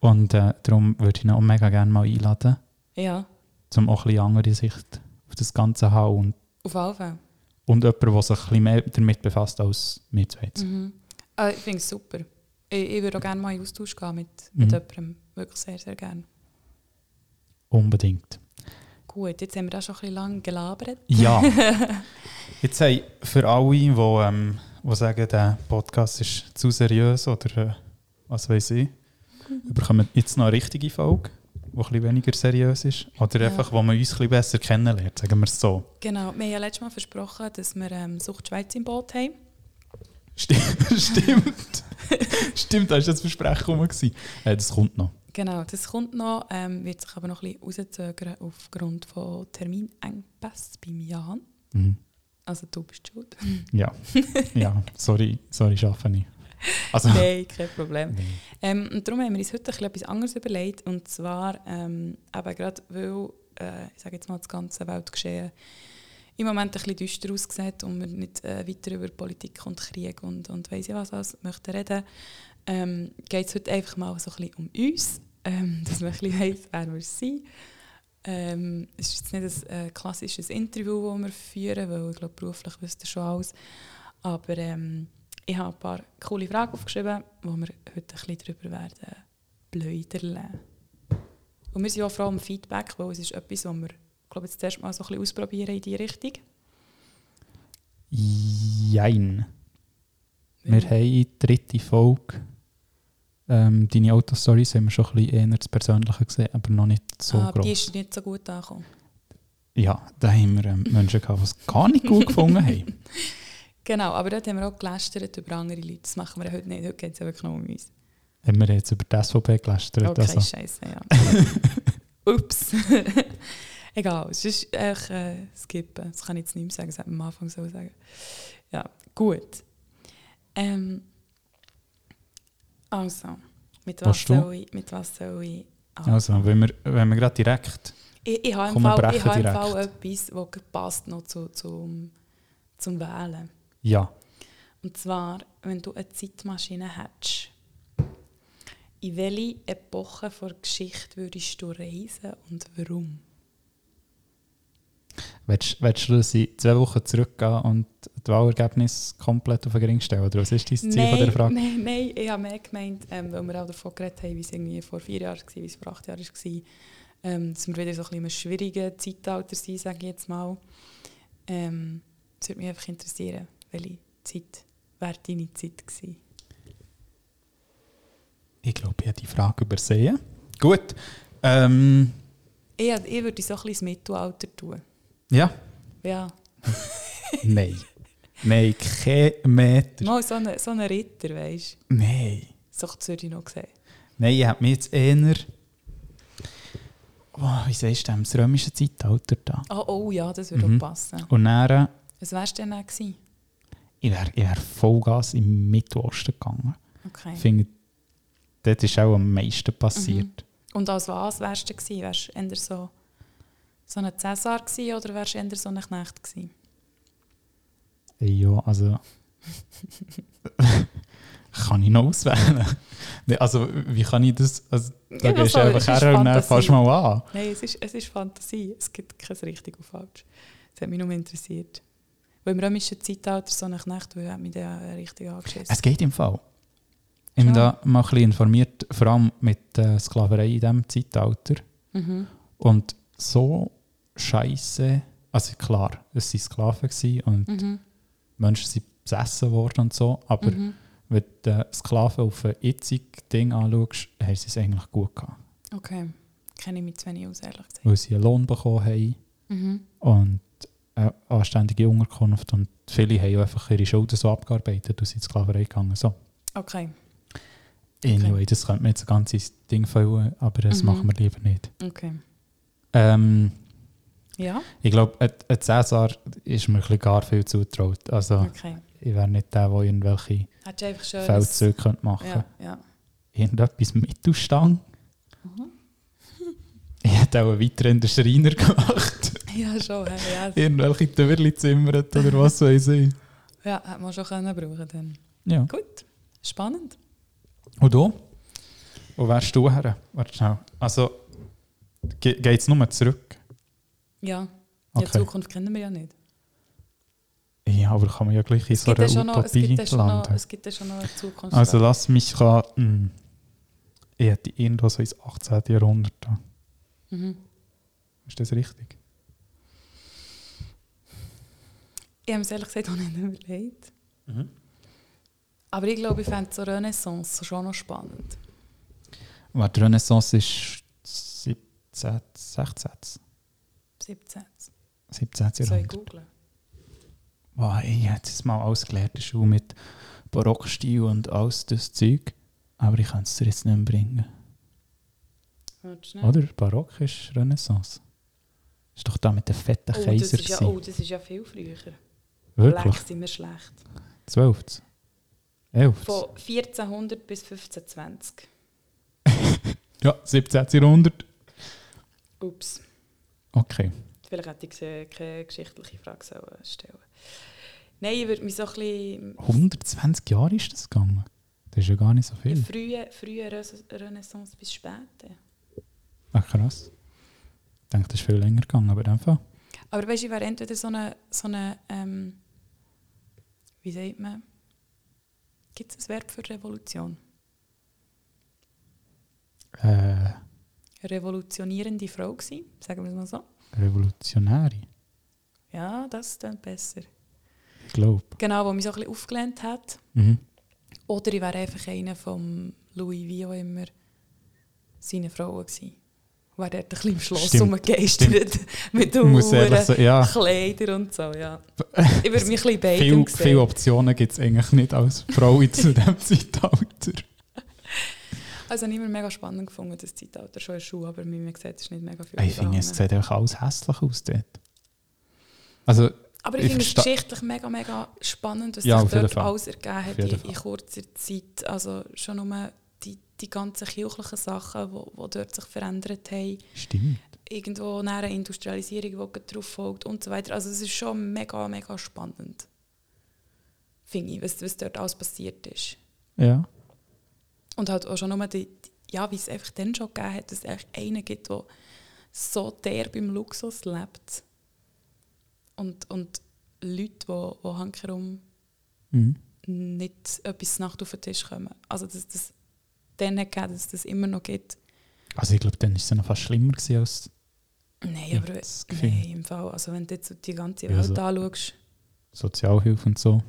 [SPEAKER 1] Und äh, darum würde ich ihn auch mega gerne mal einladen.
[SPEAKER 2] ja,
[SPEAKER 1] um auch ein bisschen andere Sicht auf das Ganze zu haben und,
[SPEAKER 2] auf alle Fälle.
[SPEAKER 1] und jemand, der sich ein bisschen mehr damit befasst als wir zwei. jetzt.
[SPEAKER 2] Mhm. Ah, ich finde es super. Ich, ich würde auch gerne mal in Austausch gehen mit,
[SPEAKER 1] Mhm.
[SPEAKER 2] mit jemandem. Wirklich sehr, sehr gerne.
[SPEAKER 1] Unbedingt.
[SPEAKER 2] Gut, jetzt haben wir auch schon ein bisschen lang gelabert.
[SPEAKER 1] Ja. Jetzt haben für alle, die ähm, die sagen, der Podcast ist zu seriös oder äh, was weiß ich, bekommen jetzt noch eine richtige Folge, die ein bisschen weniger seriös ist. Oder
[SPEAKER 2] Ja.
[SPEAKER 1] einfach, wo man uns ein bisschen besser kennenlernt, sagen wir es so.
[SPEAKER 2] Genau, wir haben ja letztes Mal versprochen, dass wir ähm, Sucht Schweiz im Boot haben.
[SPEAKER 1] Stimmt. Stimmt, Stimmt da war das Versprechen rum. gewesen. Äh, das kommt noch.
[SPEAKER 2] Genau, das kommt noch, ähm, wird sich aber noch ein bisschen rauszögern aufgrund von Terminengpässe beim Jan.
[SPEAKER 1] Mhm.
[SPEAKER 2] Also du bist schuld.
[SPEAKER 1] Ja, ja, sorry, sorry, schaffe ich. Also,
[SPEAKER 2] Nein, kein Problem.
[SPEAKER 1] nee.
[SPEAKER 2] Ähm, und darum haben wir uns heute ein bisschen etwas anderes überlegt. Und zwar, ähm, eben gerade weil, äh, ich sage jetzt mal, das ganze Weltgeschehen im Moment ein bisschen düster aussieht und wir nicht äh, weiter über Politik und Krieg und, und weiss ich was alles möchten reden, ähm, geht es heute einfach mal so ein bisschen um uns, ähm, dass man ein bisschen weiss, wer wir sind. Ähm, es ist jetzt nicht ein äh, klassisches Interview, das wir führen, weil ich glaube, beruflich wisst ihr schon alles. Aber ähm, ich habe ein paar coole Fragen aufgeschrieben, wo wir heute ein bisschen darüber werden blöderlen. Und wir sind auch froh um Feedback, weil es ist etwas, was wir glaube jetzt zuerst mal so ein bisschen ausprobieren in diese Richtung.
[SPEAKER 1] Jein. Wir haben in der dritten Folge ähm, deine Autostories haben wir schon ein bisschen eher das Persönliche gesehen, aber noch nicht so
[SPEAKER 2] ah,
[SPEAKER 1] groß.
[SPEAKER 2] die ist nicht so gut angekommen.
[SPEAKER 1] Ja, da haben wir ähm, Menschen gehabt, die es gar nicht gut gefunden haben.
[SPEAKER 2] Genau, aber dort haben wir auch gelästert über andere Leute. Das machen wir ja heute nicht. Heute geht es ja wirklich nur um uns.
[SPEAKER 1] Haben wir jetzt über die SVP gelästert.
[SPEAKER 2] Okay,
[SPEAKER 1] also.
[SPEAKER 2] scheiße, ja. Ups. Egal, es ist echt äh, skippen. Das kann ich jetzt nicht mehr sagen, das hat man am Anfang so sagen. Ja, gut. Ähm, also, mit was,
[SPEAKER 1] Willst du?
[SPEAKER 2] soll ich, mit was soll ich anfangen?
[SPEAKER 1] also, wenn wir, wenn wir gerade direkt.
[SPEAKER 2] Ich, ich habe im
[SPEAKER 1] Komm, wir
[SPEAKER 2] Fall, ich
[SPEAKER 1] brechen
[SPEAKER 2] habe im
[SPEAKER 1] direkt.
[SPEAKER 2] Fall etwas, das gerade passt noch zu, zum, zum Wählen.
[SPEAKER 1] Ja,
[SPEAKER 2] Und zwar, wenn du eine Zeitmaschine hättest, in welche Epoche der Geschichte würdest du reisen und warum?
[SPEAKER 1] willst, willst du, dass ich zwei Wochen zurückgehe und das Wahlergebnis komplett auf den Ring stellen? Oder was ist dein Ziel von der Frage?
[SPEAKER 2] nein, nein, ich habe mehr gemeint, ähm, weil wir auch davon geredet haben, wie es irgendwie vor vier Jahren war, wie es vor acht Jahren war, ähm, dass wir wieder so ein bisschen in einem schwierigen Zeitalter sind, sage ich jetzt mal. Ähm, es würde mich einfach interessieren, welche Zeit wäre deine Zeit gewesen?
[SPEAKER 1] Ich glaube, ich habe die Frage übersehen. Gut. Ähm,
[SPEAKER 2] Ich, hätte- ich würde so ein bisschen ins Mittelalter tun.
[SPEAKER 1] ja,
[SPEAKER 2] Ja,
[SPEAKER 1] nein. Nein, kein Meter.
[SPEAKER 2] mal so einen so einen Ritter, weißt du.
[SPEAKER 1] Nein.
[SPEAKER 2] So das würde ich noch sehen.
[SPEAKER 1] Nein, ich habe mich jetzt eher. Oh, wie sagst du das? Das römische Zeitalter da.
[SPEAKER 2] Ah, oh ja, das würde
[SPEAKER 1] Mhm.
[SPEAKER 2] auch passen.
[SPEAKER 1] Und dann,
[SPEAKER 2] Was wärst du denn dann gewesen?
[SPEAKER 1] ich wäre ich wär Vollgas im Mittelosten gegangen.
[SPEAKER 2] Okay.
[SPEAKER 1] Ich finde, dort ist auch am meisten passiert.
[SPEAKER 2] Und als was wärst du gewesen? Wärst du eher so, so ein Cäsar gewesen oder wärst du eher so ein Knecht gewesen? Mhm.
[SPEAKER 1] Eh, Ja, also. kann ich noch auswählen? Nee, also, wie dus- kann ich das. Also, da
[SPEAKER 2] Ja,
[SPEAKER 1] gehst du
[SPEAKER 2] sorry,
[SPEAKER 1] einfach
[SPEAKER 2] das ist
[SPEAKER 1] her und dann
[SPEAKER 2] Fantasie.
[SPEAKER 1] fährst du mal an.
[SPEAKER 2] Nein, es ist, es ist Fantasie. Es gibt kein richtig und falsch. Das hat mich nur interessiert. Weil im römischen Zeitalter so ein Knecht weil er hat mich dann äh, richtig angeschissen.
[SPEAKER 1] Es geht im Fall. Ich bin da mal ein bisschen informiert, vor allem mit äh, Sklaverei in diesem Zeitalter.
[SPEAKER 2] Mhm.
[SPEAKER 1] Und so scheiße, also klar, es waren Sklaven gewesen und
[SPEAKER 2] Mhm.
[SPEAKER 1] Menschen sind besessen worden und so, aber
[SPEAKER 2] Mhm.
[SPEAKER 1] wenn du äh, Sklaven auf ein jetziges Ding anschaust, haben sie es eigentlich gut gehabt,
[SPEAKER 2] Okay. Kenne ich mich zu wenig aus, ehrlich gesagt.
[SPEAKER 1] weil sie einen Lohn bekommen haben
[SPEAKER 2] Mhm.
[SPEAKER 1] und eine anständige Unterkunft und viele haben auch einfach ihre Schulden so abgearbeitet und sind in die Sklaverei gegangen. So.
[SPEAKER 2] Okay.
[SPEAKER 1] Anyway, das könnte man jetzt ein ganzes Ding füllen, aber das
[SPEAKER 2] Mhm.
[SPEAKER 1] machen wir lieber nicht.
[SPEAKER 2] Okay.
[SPEAKER 1] Ähm,
[SPEAKER 2] Ja?
[SPEAKER 1] ich glaube, ein- ein Cäsar ist mir ein bisschen gar viel zutraut. Also,
[SPEAKER 2] Okay.
[SPEAKER 1] Ich wäre nicht der, der irgendwelche
[SPEAKER 2] Hättest du einfach schön...
[SPEAKER 1] Feldzüge könnte machen
[SPEAKER 2] Ja,
[SPEAKER 1] könnte.
[SPEAKER 2] ja.
[SPEAKER 1] Irgendetwas mit Ausstang. Ich hätte auch einen weiteren Schreiner gemacht.
[SPEAKER 2] Ja, schon. Ja, ja.
[SPEAKER 1] Irgendwelche Türchen zimmert oder was weiß ich.
[SPEAKER 2] ja hätte man schon können brauchen können.
[SPEAKER 1] Ja.
[SPEAKER 2] Gut, spannend.
[SPEAKER 1] Und du? Wo wärst du her? Warte schnell. Also, ge geht es nur zurück?
[SPEAKER 2] Ja,
[SPEAKER 1] Okay.
[SPEAKER 2] die Zukunft kennen wir ja nicht.
[SPEAKER 1] Ja, aber kann man ja gleich in
[SPEAKER 2] Es
[SPEAKER 1] so
[SPEAKER 2] gibt,
[SPEAKER 1] einer
[SPEAKER 2] ja schon noch, es,
[SPEAKER 1] Utopie
[SPEAKER 2] gibt ja schon noch,
[SPEAKER 1] landen.
[SPEAKER 2] es gibt ja schon noch eine Zukunft.
[SPEAKER 1] Also lass mich raten. Ich hätte irgendwo so ins 18. Jahrhundert. da.
[SPEAKER 2] mhm.
[SPEAKER 1] Ist das richtig?
[SPEAKER 2] Ich habe es ehrlich gesagt auch nicht überlegt. Aber ich glaube, ich fände so Renaissance schon noch spannend.
[SPEAKER 1] Warte, Renaissance ist 17, 16,
[SPEAKER 2] 17.
[SPEAKER 1] 17
[SPEAKER 2] Soll ich
[SPEAKER 1] Jahrhundert.
[SPEAKER 2] googeln?
[SPEAKER 1] Wow, ich hätte es mal ausgelernt, der Schule mit Barockstil und alles das Zeug. Aber ich kann es dir jetzt nicht mehr bringen.
[SPEAKER 2] Warte schnell.
[SPEAKER 1] Oder? Barock ist Renaissance. Ist doch da mit den fetten
[SPEAKER 2] Oh, das
[SPEAKER 1] Kaiser.
[SPEAKER 2] ist ja,
[SPEAKER 1] gewesen.
[SPEAKER 2] oh, das ist ja viel früher.
[SPEAKER 1] Wirklich?
[SPEAKER 2] Leck, sind wir schlecht.
[SPEAKER 1] 12. 11.
[SPEAKER 2] Von 1400 bis 1520.
[SPEAKER 1] Ja, 17. Jahrhundert.
[SPEAKER 2] Ups.
[SPEAKER 1] Okay.
[SPEAKER 2] Die Vielleicht hätte ich gesehen, keine geschichtliche Frage sollen stellen Nein, ich würde mich so ein bisschen
[SPEAKER 1] 120 Jahre ist das gegangen. Das ist ja gar nicht so
[SPEAKER 2] in
[SPEAKER 1] viel.
[SPEAKER 2] frühe, frühe Res- Renaissance bis späte.
[SPEAKER 1] Ach krass. Ich denke, das ist viel länger gegangen, aber in dem Fall.
[SPEAKER 2] Aber weißt du, ich wäre entweder so eine, so eine ähm, wie sagt man, gibt es ein Verb für Revolution?
[SPEAKER 1] Äh,
[SPEAKER 2] Revolutionierende Frau gewesen, sagen wir es mal so.
[SPEAKER 1] Revolutionäre,
[SPEAKER 2] Ja, das dann besser.
[SPEAKER 1] ich glaube.
[SPEAKER 2] Genau, wo mich so ein bisschen aufgelehnt hat.
[SPEAKER 1] Mhm.
[SPEAKER 2] Oder ich wäre einfach einer von Louis, wie auch immer, seine Frauen gewesen. Wäre dort ein bisschen im Schloss
[SPEAKER 1] Stimmt,
[SPEAKER 2] rumgegeistert. Mit
[SPEAKER 1] Ich muss ehrlich
[SPEAKER 2] Uhren,
[SPEAKER 1] sagen, ah. ja,
[SPEAKER 2] Kleider und so, ja. Ich würde mich ein bisschen beidem
[SPEAKER 1] viele,
[SPEAKER 2] sehen.
[SPEAKER 1] viele Optionen gibt es eigentlich nicht als Frau in zu diesem Zeitalter.
[SPEAKER 2] Also nicht mehr mega spannend gefunden, das Zeitalter schon in der Schule, aber wie man sieht, ist nicht mega viel.
[SPEAKER 1] Ah, Ich finde, es
[SPEAKER 2] gegangen.
[SPEAKER 1] sieht einfach alles hässlich aus dort. Also,
[SPEAKER 2] aber ich,
[SPEAKER 1] ich
[SPEAKER 2] finde es
[SPEAKER 1] verste-
[SPEAKER 2] geschichtlich mega, mega spannend, was
[SPEAKER 1] Ja,
[SPEAKER 2] sich
[SPEAKER 1] auf jeden
[SPEAKER 2] dort
[SPEAKER 1] Fall.
[SPEAKER 2] alles ergeben
[SPEAKER 1] Auf
[SPEAKER 2] hat
[SPEAKER 1] jeden
[SPEAKER 2] in,
[SPEAKER 1] Fall.
[SPEAKER 2] in kurzer Zeit. Also schon nur die, die ganzen kirchlichen Sachen, die die dort sich verändert haben.
[SPEAKER 1] stimmt.
[SPEAKER 2] Irgendwo nach einer Industrialisierung, die darauf folgt und so weiter. Also es ist schon mega, mega spannend. Finde ich, was, was dort alles passiert ist.
[SPEAKER 1] Ja.
[SPEAKER 2] Und halt auch schon nur die, die- ja, wie es einfach dann schon gegeben hat, dass es eigentlich einen gibt, der so derb im Luxus lebt. Und, und Leute, die, die handherum
[SPEAKER 1] Mhm.
[SPEAKER 2] nicht etwas nachts auf den Tisch kommen. Also, dass das dann hat gegeben, dass das immer noch gibt.
[SPEAKER 1] Also, ich glaube, dann war es ja noch fast schlimmer gewesen als.
[SPEAKER 2] Nein,
[SPEAKER 1] Ja,
[SPEAKER 2] aber
[SPEAKER 1] das Gefühl.
[SPEAKER 2] nein, im Fall. Also, wenn du jetzt so die ganze
[SPEAKER 1] Ja, also-
[SPEAKER 2] Welt
[SPEAKER 1] so.
[SPEAKER 2] anschaust,
[SPEAKER 1] Sozialhilfe und so.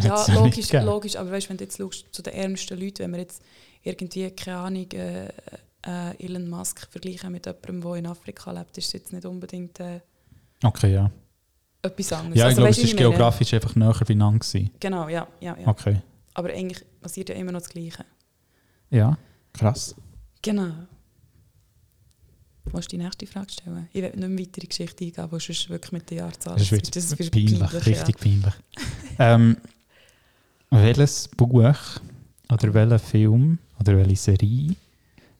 [SPEAKER 2] Ja,
[SPEAKER 1] Hat's ja nicht
[SPEAKER 2] logisch,
[SPEAKER 1] gegeben.
[SPEAKER 2] logisch, aber weißt, wenn du jetzt schaust, zu den ärmsten Leuten, wenn wir jetzt irgendwie, keine Ahnung, äh, äh, Elon Musk vergleichen mit jemandem, der in Afrika lebt, ist das jetzt nicht unbedingt äh,
[SPEAKER 1] Okay, ja.
[SPEAKER 2] etwas anderes. Also,
[SPEAKER 1] Ja, ich glaube,
[SPEAKER 2] weißt
[SPEAKER 1] es
[SPEAKER 2] du,
[SPEAKER 1] ist
[SPEAKER 2] wie meine?
[SPEAKER 1] geografisch einfach näher beieinander. gewesen.
[SPEAKER 2] Genau, ja, ja, ja.
[SPEAKER 1] Okay.
[SPEAKER 2] Aber eigentlich passiert ja immer noch das Gleiche.
[SPEAKER 1] Ja, krass.
[SPEAKER 2] Genau. Willst du die nächste Frage stellen? Ich will nicht mehr weitere Geschichte eingehen, wo sonst wirklich mit den Jahrzahlen
[SPEAKER 1] Das wird peinlich, richtig peinlich. ähm, welches Buch oder welcher Film oder welche Serie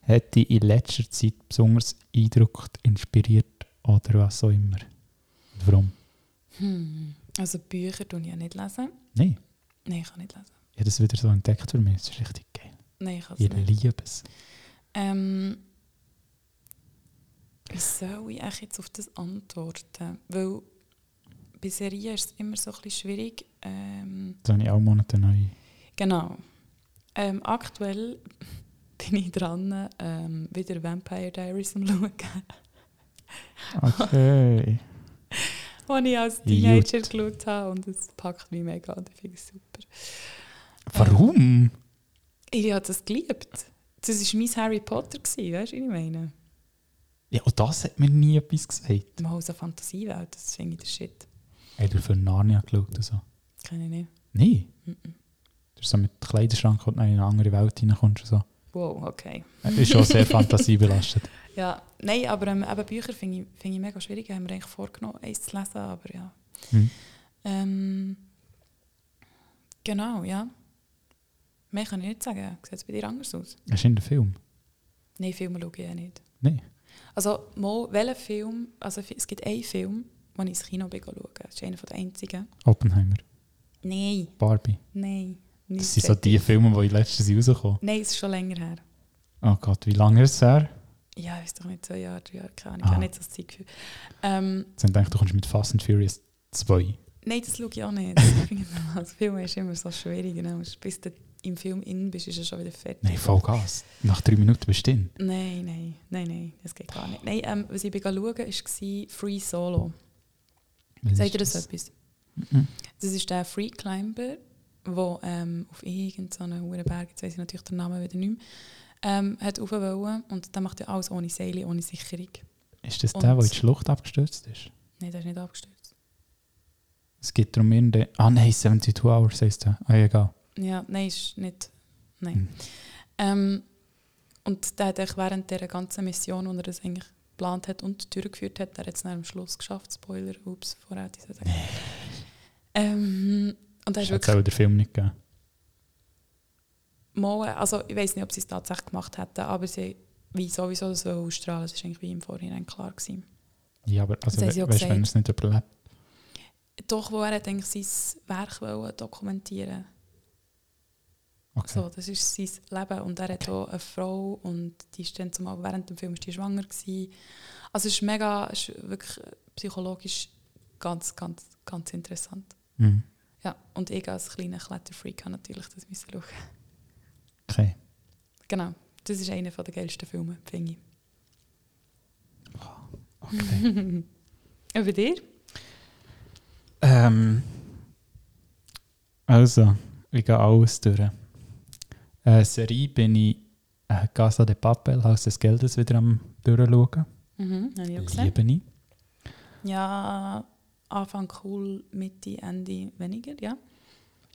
[SPEAKER 1] hat dich in letzter Zeit besonders eindruckt, inspiriert oder was auch immer? Und warum?
[SPEAKER 2] Ja. Hm. Also Bücher tun ich ja nicht lesen.
[SPEAKER 1] Nein,
[SPEAKER 2] Nein, ich kann nicht lesen.
[SPEAKER 1] ich habe das wieder so entdeckt für mich. Das ist richtig geil.
[SPEAKER 2] Nein, ich kann es
[SPEAKER 1] Ich
[SPEAKER 2] nicht.
[SPEAKER 1] liebe es.
[SPEAKER 2] Ähm, wie soll ich eigentlich jetzt auf das antworten? Weil bei Serien ist es immer so ein bisschen schwierig. Ähm,
[SPEAKER 1] Da habe ich auch Monate neu.
[SPEAKER 2] genau. Ähm, aktuell bin ich dran, ähm, wieder Vampire Diaries am schauen.
[SPEAKER 1] Okay.
[SPEAKER 2] die ich als Teenager geschaut habe und es packt mich mega an. Ich finde es super.
[SPEAKER 1] Warum?
[SPEAKER 2] Ich habe das geliebt. Das war mein Harry Potter, gewesen, weißt du, wie ich meine?
[SPEAKER 1] Ja, und das hat mir nie etwas gesagt.
[SPEAKER 2] Mal aus der Fantasiewelt, das finde ich der Shit.
[SPEAKER 1] Hat er für Narnia geschaut und so?
[SPEAKER 2] Kenne ich nicht.
[SPEAKER 1] Nein.
[SPEAKER 2] Mhm.
[SPEAKER 1] Das ist so mit dem Kleiderschrank und dann in eine andere Welt reinkommst und so.
[SPEAKER 2] Wow, okay.
[SPEAKER 1] Äh, Ist schon sehr fantasiebelastet.
[SPEAKER 2] Ja, nein, aber ähm, eben Bücher finde ich, find ich mega schwierig. Ich habe mir eigentlich vorgenommen, eins zu lesen, aber ja.
[SPEAKER 1] Hm.
[SPEAKER 2] Ähm, genau, ja. Mehr kann ich nicht sagen. Sieht es bei dir anders aus?
[SPEAKER 1] Hast du in den Film?
[SPEAKER 2] Nein, Filme schaue ich eh nicht.
[SPEAKER 1] Nein.
[SPEAKER 2] Also, mal, welchen Film, also fi- es gibt einen Film, den ich ins Kino bin schauen. Das ist einer der einzigen.
[SPEAKER 1] Oppenheimer,
[SPEAKER 2] Nein,
[SPEAKER 1] Barbie.
[SPEAKER 2] nein. nicht
[SPEAKER 1] Das sind so
[SPEAKER 2] gesehen.
[SPEAKER 1] die Filme, die in letzter Zeit rauskommen.
[SPEAKER 2] Nein, es ist schon länger her.
[SPEAKER 1] Oh Gott, wie lange ist es her?
[SPEAKER 2] Ja, ich weiß doch nicht, zwei Jahre, drei Jahre, keine Ahnung. Ich
[SPEAKER 1] Ah.
[SPEAKER 2] habe nicht so das Zeitgefühl. Ähm,
[SPEAKER 1] Jetzt haben gedacht, du kommst mit Fast and Furious 2.
[SPEAKER 2] Nein, das schaue ich auch nicht. Ich finde, das Film ist immer so schwierig. Genau. Bis du im Film in bist, ist er schon wieder fertig.
[SPEAKER 1] Nein, voll Gas. Nach drei Minuten bist du drin.
[SPEAKER 2] Nein, nein, nein, nein, das geht gar nicht. Nein, ähm, was ich bin schauen war Free Solo.
[SPEAKER 1] Was
[SPEAKER 2] Sagt
[SPEAKER 1] ist
[SPEAKER 2] ihr das etwas?
[SPEAKER 1] Mhm.
[SPEAKER 2] Das ist der Free Climber, der ähm, auf irgendeinen hohen Berg, jetzt weiß ich natürlich den Namen wieder nicht mehr, ähm, hat rauf wollen. Und der macht ja alles ohne Seile, ohne Sicherung.
[SPEAKER 1] Ist das der,
[SPEAKER 2] Und-
[SPEAKER 1] der in die Schlucht abgestürzt ist?
[SPEAKER 2] Nein, der ist nicht abgestürzt.
[SPEAKER 1] Es geht darum, irgendein... Ah nein, 72 Hours heisst der. Ah, egal.
[SPEAKER 2] Ja, nein, ist nicht. Nein.
[SPEAKER 1] Hm.
[SPEAKER 2] Ähm, und der hat eigentlich während dieser ganzen Mission, die er das eigentlich geplant hat und durchgeführt hat, der hat es dann am Schluss geschafft. Spoiler, ups, vorher hätte ich es sagen. Ähm, und er
[SPEAKER 1] Das
[SPEAKER 2] ist
[SPEAKER 1] hat
[SPEAKER 2] wirklich
[SPEAKER 1] auch den Film nicht gegeben.
[SPEAKER 2] mal, also ich weiß nicht, ob sie es tatsächlich gemacht hätten, aber sie wie sowieso das so ausstrahlen, das war eigentlich wie im Vorhinein klar gewesen.
[SPEAKER 1] Ja, aber also,
[SPEAKER 2] haben sie auch
[SPEAKER 1] we- weißt, wenn er
[SPEAKER 2] gesagt.
[SPEAKER 1] es nicht überlebt.
[SPEAKER 2] Doch, wo er hat eigentlich sein Werk wollen dokumentieren
[SPEAKER 1] Okay.
[SPEAKER 2] So, das ist sein Leben. Und er hat auch eine Frau und die ist dann zumal während dem Film ist die schwanger gewesen. Also es ist mega, es ist wirklich psychologisch ganz, ganz, ganz interessant.
[SPEAKER 1] Mhm.
[SPEAKER 2] Ja, und ich als kleiner Kletterfreak habe natürlich das müssen schauen.
[SPEAKER 1] Okay.
[SPEAKER 2] Genau, das ist einer der geilsten Filme, finde ich.
[SPEAKER 1] okay.
[SPEAKER 2] Und bei dir?
[SPEAKER 1] ähm, also, ich gehe alles durch. Äh, Serie bin ich äh, Casa de Papel, Haus des Geldes, wieder am durchschauen.
[SPEAKER 2] Mhm, habe ich auch gesehen.
[SPEAKER 1] Liebe ich.
[SPEAKER 2] Ja, Anfang cool, Mitte, Ende weniger, ja.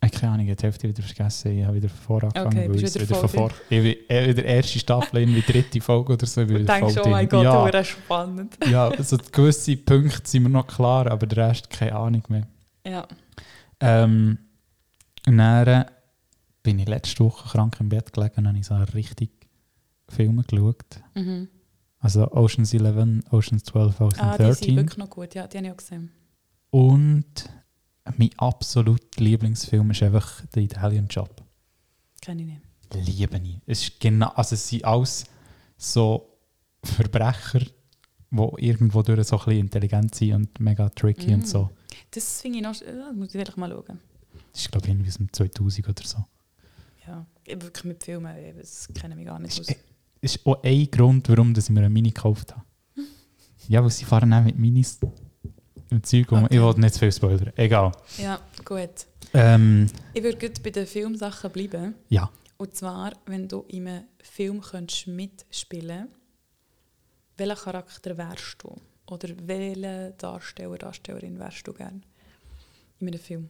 [SPEAKER 1] Ich habe Äh, keine Ahnung, jetzt Hälfte wieder vergessen. Ich habe wieder vorangefangen,
[SPEAKER 2] Okay,
[SPEAKER 1] weil
[SPEAKER 2] bist
[SPEAKER 1] ich
[SPEAKER 2] wieder
[SPEAKER 1] es wieder
[SPEAKER 2] voll
[SPEAKER 1] von vor. Ich bin eh wieder erste Staffel, irgendwie dritte Folge oder so. Ich bin
[SPEAKER 2] Ich
[SPEAKER 1] wieder
[SPEAKER 2] denke
[SPEAKER 1] voll
[SPEAKER 2] schon, oh
[SPEAKER 1] drin.
[SPEAKER 2] mein Gott,
[SPEAKER 1] ja,
[SPEAKER 2] das ist spannend.
[SPEAKER 1] ja, also gewisse Punkte sind mir noch klar, aber der Rest keine Ahnung mehr.
[SPEAKER 2] Ja.
[SPEAKER 1] Ähm, und dann äh, bin ich letzte Woche krank im Bett gelegen und habe ich so richtig Filme geschaut.
[SPEAKER 2] Mhm.
[SPEAKER 1] Also Ocean's 11, Ocean's 12, Ocean's
[SPEAKER 2] Ah, die sind
[SPEAKER 1] 13.
[SPEAKER 2] wirklich noch gut, ja, die habe ich auch gesehen.
[SPEAKER 1] Und mein absolut Lieblingsfilm ist einfach «The Italian Job».
[SPEAKER 2] Kenne ich nicht.
[SPEAKER 1] liebe ich. Es ist genau, also es sind alles so Verbrecher, die irgendwo durch so ein bisschen intelligent sind und mega tricky
[SPEAKER 2] Mm.
[SPEAKER 1] und so.
[SPEAKER 2] Das finde ich noch, sch- ja, muss ich wirklich mal schauen.
[SPEAKER 1] Das ist, glaube ich, irgendwie aus dem 2000 oder so.
[SPEAKER 2] Ja, ich wirklich mit Filmen, ich- das kenne ich gar nicht aus.
[SPEAKER 1] Ist- Das Äh, ist auch ein Grund, warum dass ich mir eine Mini gekauft habe. ja, weil sie fahren auch mit Minis im Zeug um.
[SPEAKER 2] Okay.
[SPEAKER 1] Ich wollte nicht zu viel spoilern. Egal.
[SPEAKER 2] Ja, gut.
[SPEAKER 1] Ähm,
[SPEAKER 2] Ich würde gut bei den Filmsachen bleiben.
[SPEAKER 1] ja.
[SPEAKER 2] Und zwar, wenn du in einem Film könntest mitspielen welchen Charakter wärst du? Oder welchen Darsteller, Darstellerin wärst du gern in einem Film?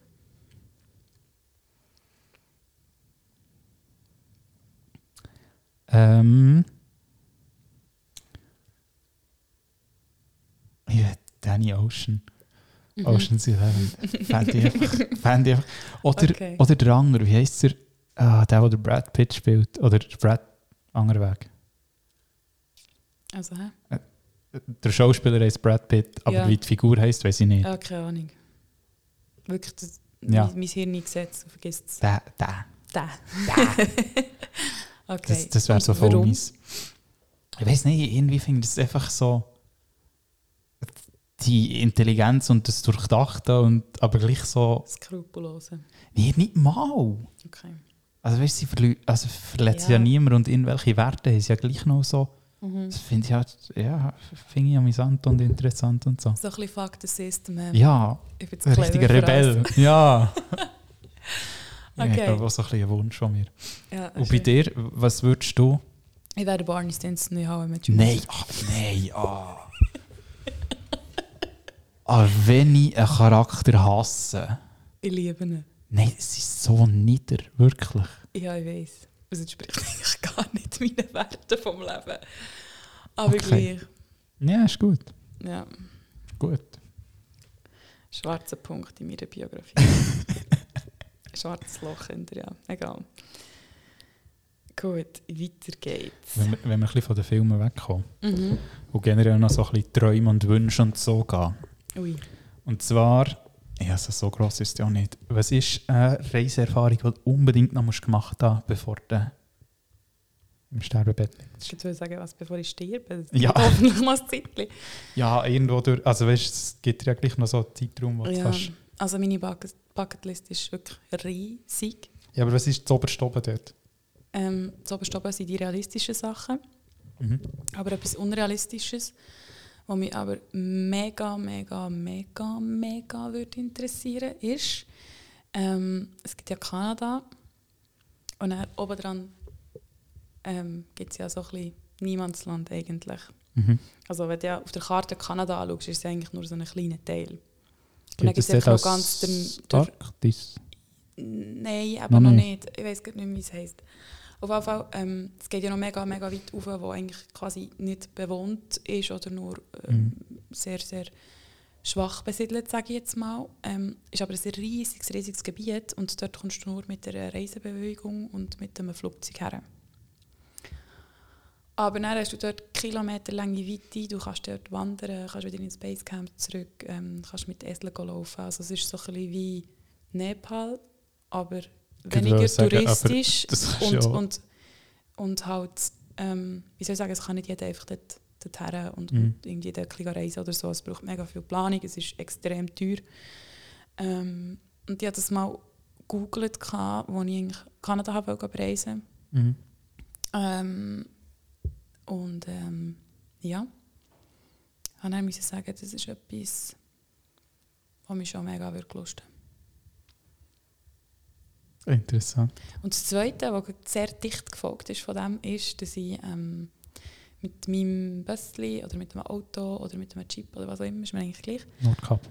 [SPEAKER 1] Ähm, ich will Danny Ocean. Ocean's Eleven. Fände ich einfach. Fände ich einfach. Oder,
[SPEAKER 2] Okay.
[SPEAKER 1] oder der andere, wie heißt der? Ah, der, wo der Brad Pitt spielt. Oder der Brad, anderer Weg.
[SPEAKER 2] Also, hä?
[SPEAKER 1] Der Schauspieler heißt Brad Pitt, aber
[SPEAKER 2] Ja.
[SPEAKER 1] wie die Figur heißt, weiß ich nicht.
[SPEAKER 2] Ja, keine Ahnung. Wirklich, das,
[SPEAKER 1] Ja.
[SPEAKER 2] mein, mein Hirn gesetzt, vergiss es.
[SPEAKER 1] Der, der.
[SPEAKER 2] Den.
[SPEAKER 1] der.
[SPEAKER 2] Okay.
[SPEAKER 1] Das, das wäre so
[SPEAKER 2] Und
[SPEAKER 1] voll
[SPEAKER 2] warum?
[SPEAKER 1] meins. Ich weiß nicht, irgendwie finde ich das einfach so. Die Intelligenz und das Durchdachte, und, aber gleich so.
[SPEAKER 2] Skrupellose.
[SPEAKER 1] Nee, nicht mal.
[SPEAKER 2] Okay.
[SPEAKER 1] Also, weißt du, sie verlü- also verletzt ja.
[SPEAKER 2] Ja. Mhm.
[SPEAKER 1] niemand und irgendwelche Werte haben sie ja gleich noch so. Das finde ich halt, ja, finde ich amüsant und interessant und so.
[SPEAKER 2] So ein bisschen Fuck the System. ähm,
[SPEAKER 1] Ja,
[SPEAKER 2] ich bin zu
[SPEAKER 1] ein
[SPEAKER 2] clever
[SPEAKER 1] richtiger
[SPEAKER 2] für alles.
[SPEAKER 1] Rebell. Ja. Ich
[SPEAKER 2] Okay.
[SPEAKER 1] glaube, auch so ein bisschen ein Wunsch von mir.
[SPEAKER 2] Ja, das
[SPEAKER 1] Und
[SPEAKER 2] ist
[SPEAKER 1] bei
[SPEAKER 2] schön.
[SPEAKER 1] dir, was würdest du?
[SPEAKER 2] Ich werde Barney Stinson nicht haben mit
[SPEAKER 1] Nein, ah, nein, ah. ah, wenn ich einen Charakter hasse,
[SPEAKER 2] Ich liebe ihn.
[SPEAKER 1] nein, es ist so nieder, wirklich.
[SPEAKER 2] Ja, ich weiß. Es entspricht eigentlich gar nicht meinen Werten vom Leben. Aber
[SPEAKER 1] Okay.
[SPEAKER 2] gleich.
[SPEAKER 1] Ja, ist gut,
[SPEAKER 2] Ja,
[SPEAKER 1] gut.
[SPEAKER 2] schwarzer Punkt in meiner Biografie. Schwarzes Loch in der, ja. Egal. Gut, weiter geht's.
[SPEAKER 1] Wenn wir, wenn wir ein bisschen von den Filmen wegkommen
[SPEAKER 2] Mhm.
[SPEAKER 1] und generell noch so ein bisschen Träume und Wünsche und so gehen.
[SPEAKER 2] Ui.
[SPEAKER 1] Und zwar, ja, also so gross ist es ja nicht. Was ist eine Reiseerfahrung, die du unbedingt noch musst gemacht haben bevor du im Sterbebett
[SPEAKER 2] Ich
[SPEAKER 1] liegst?
[SPEAKER 2] würde sagen, was, bevor ich sterbe?
[SPEAKER 1] Ja.
[SPEAKER 2] Hoffentlich noch ein Zeitchen.
[SPEAKER 1] Ja, irgendwo durch. Also, weißt du, es gibt ja gleich noch so einen Zeitraum, wo du
[SPEAKER 2] Ja,
[SPEAKER 1] kannst.
[SPEAKER 2] also meine Bucket Bucketlist ist wirklich riesig.
[SPEAKER 1] Ja, aber was ist das oberste oben dort?
[SPEAKER 2] Ähm, zuoberst oben sind die realistischen Sachen,
[SPEAKER 1] Mhm.
[SPEAKER 2] aber etwas Unrealistisches, was mich aber mega, mega, mega, mega würde interessieren, ist, ähm, es gibt ja Kanada und dann obendran ähm, gibt es ja so ein bisschen Niemandsland eigentlich.
[SPEAKER 1] Mhm.
[SPEAKER 2] Also wenn du ja auf der Karte Kanada anschaust, ist es eigentlich nur so ein kleiner Teil. Und dann
[SPEAKER 1] Gibt
[SPEAKER 2] gibt es ja
[SPEAKER 1] es dort
[SPEAKER 2] noch
[SPEAKER 1] als
[SPEAKER 2] ganz den, den
[SPEAKER 1] Arktis?
[SPEAKER 2] Nein,
[SPEAKER 1] Noch
[SPEAKER 2] aber noch
[SPEAKER 1] nicht?
[SPEAKER 2] nicht. Ich weiß gerade nicht, wie es heisst. Auf jeden Fall, ähm, es geht ja noch mega, mega weit rauf, wo eigentlich quasi nicht bewohnt ist oder nur ähm,
[SPEAKER 1] Mhm.
[SPEAKER 2] sehr, sehr schwach besiedelt, sage ich jetzt mal. Ähm, ist aber ein riesiges, riesiges Gebiet und dort kommst du nur mit einer Reisebewegung und mit einem Flugzeug her. Aber dann hast du dort kilometerlange Weite, du kannst dort wandern, kannst wieder ins Basecamp zurück, ähm, kannst mit Eseln gehen laufen. Also es ist so ein bisschen wie Nepal, aber
[SPEAKER 1] Gut,
[SPEAKER 2] weniger
[SPEAKER 1] Genau, ich wollte sagen, aber
[SPEAKER 2] touristisch
[SPEAKER 1] das kannst
[SPEAKER 2] und,
[SPEAKER 1] du ja auch.
[SPEAKER 2] und, und halt, ähm, wie soll ich sagen, es kann nicht jeder einfach dort, dorthin und,
[SPEAKER 1] Mhm.
[SPEAKER 2] und irgendwie dort ein bisschen reisen oder so. Es braucht mega viel Planung, es ist extrem teuer. Ähm, und ich hatte das mal gegoogelt, als ich in Kanada habe wollte reisen wollte.
[SPEAKER 1] Mhm.
[SPEAKER 2] Ähm, und ähm, ja, ich dann musste sagen, das ist etwas, was mich schon mega würde Lust hat.
[SPEAKER 1] Interessant.
[SPEAKER 2] Und das Zweite, was gerade sehr dicht gefolgt ist von dem, ist, dass ich ähm, mit meinem Bössli oder mit dem Auto oder mit dem Jeep oder was auch immer, ist mir eigentlich gleich.
[SPEAKER 1] Nordkap.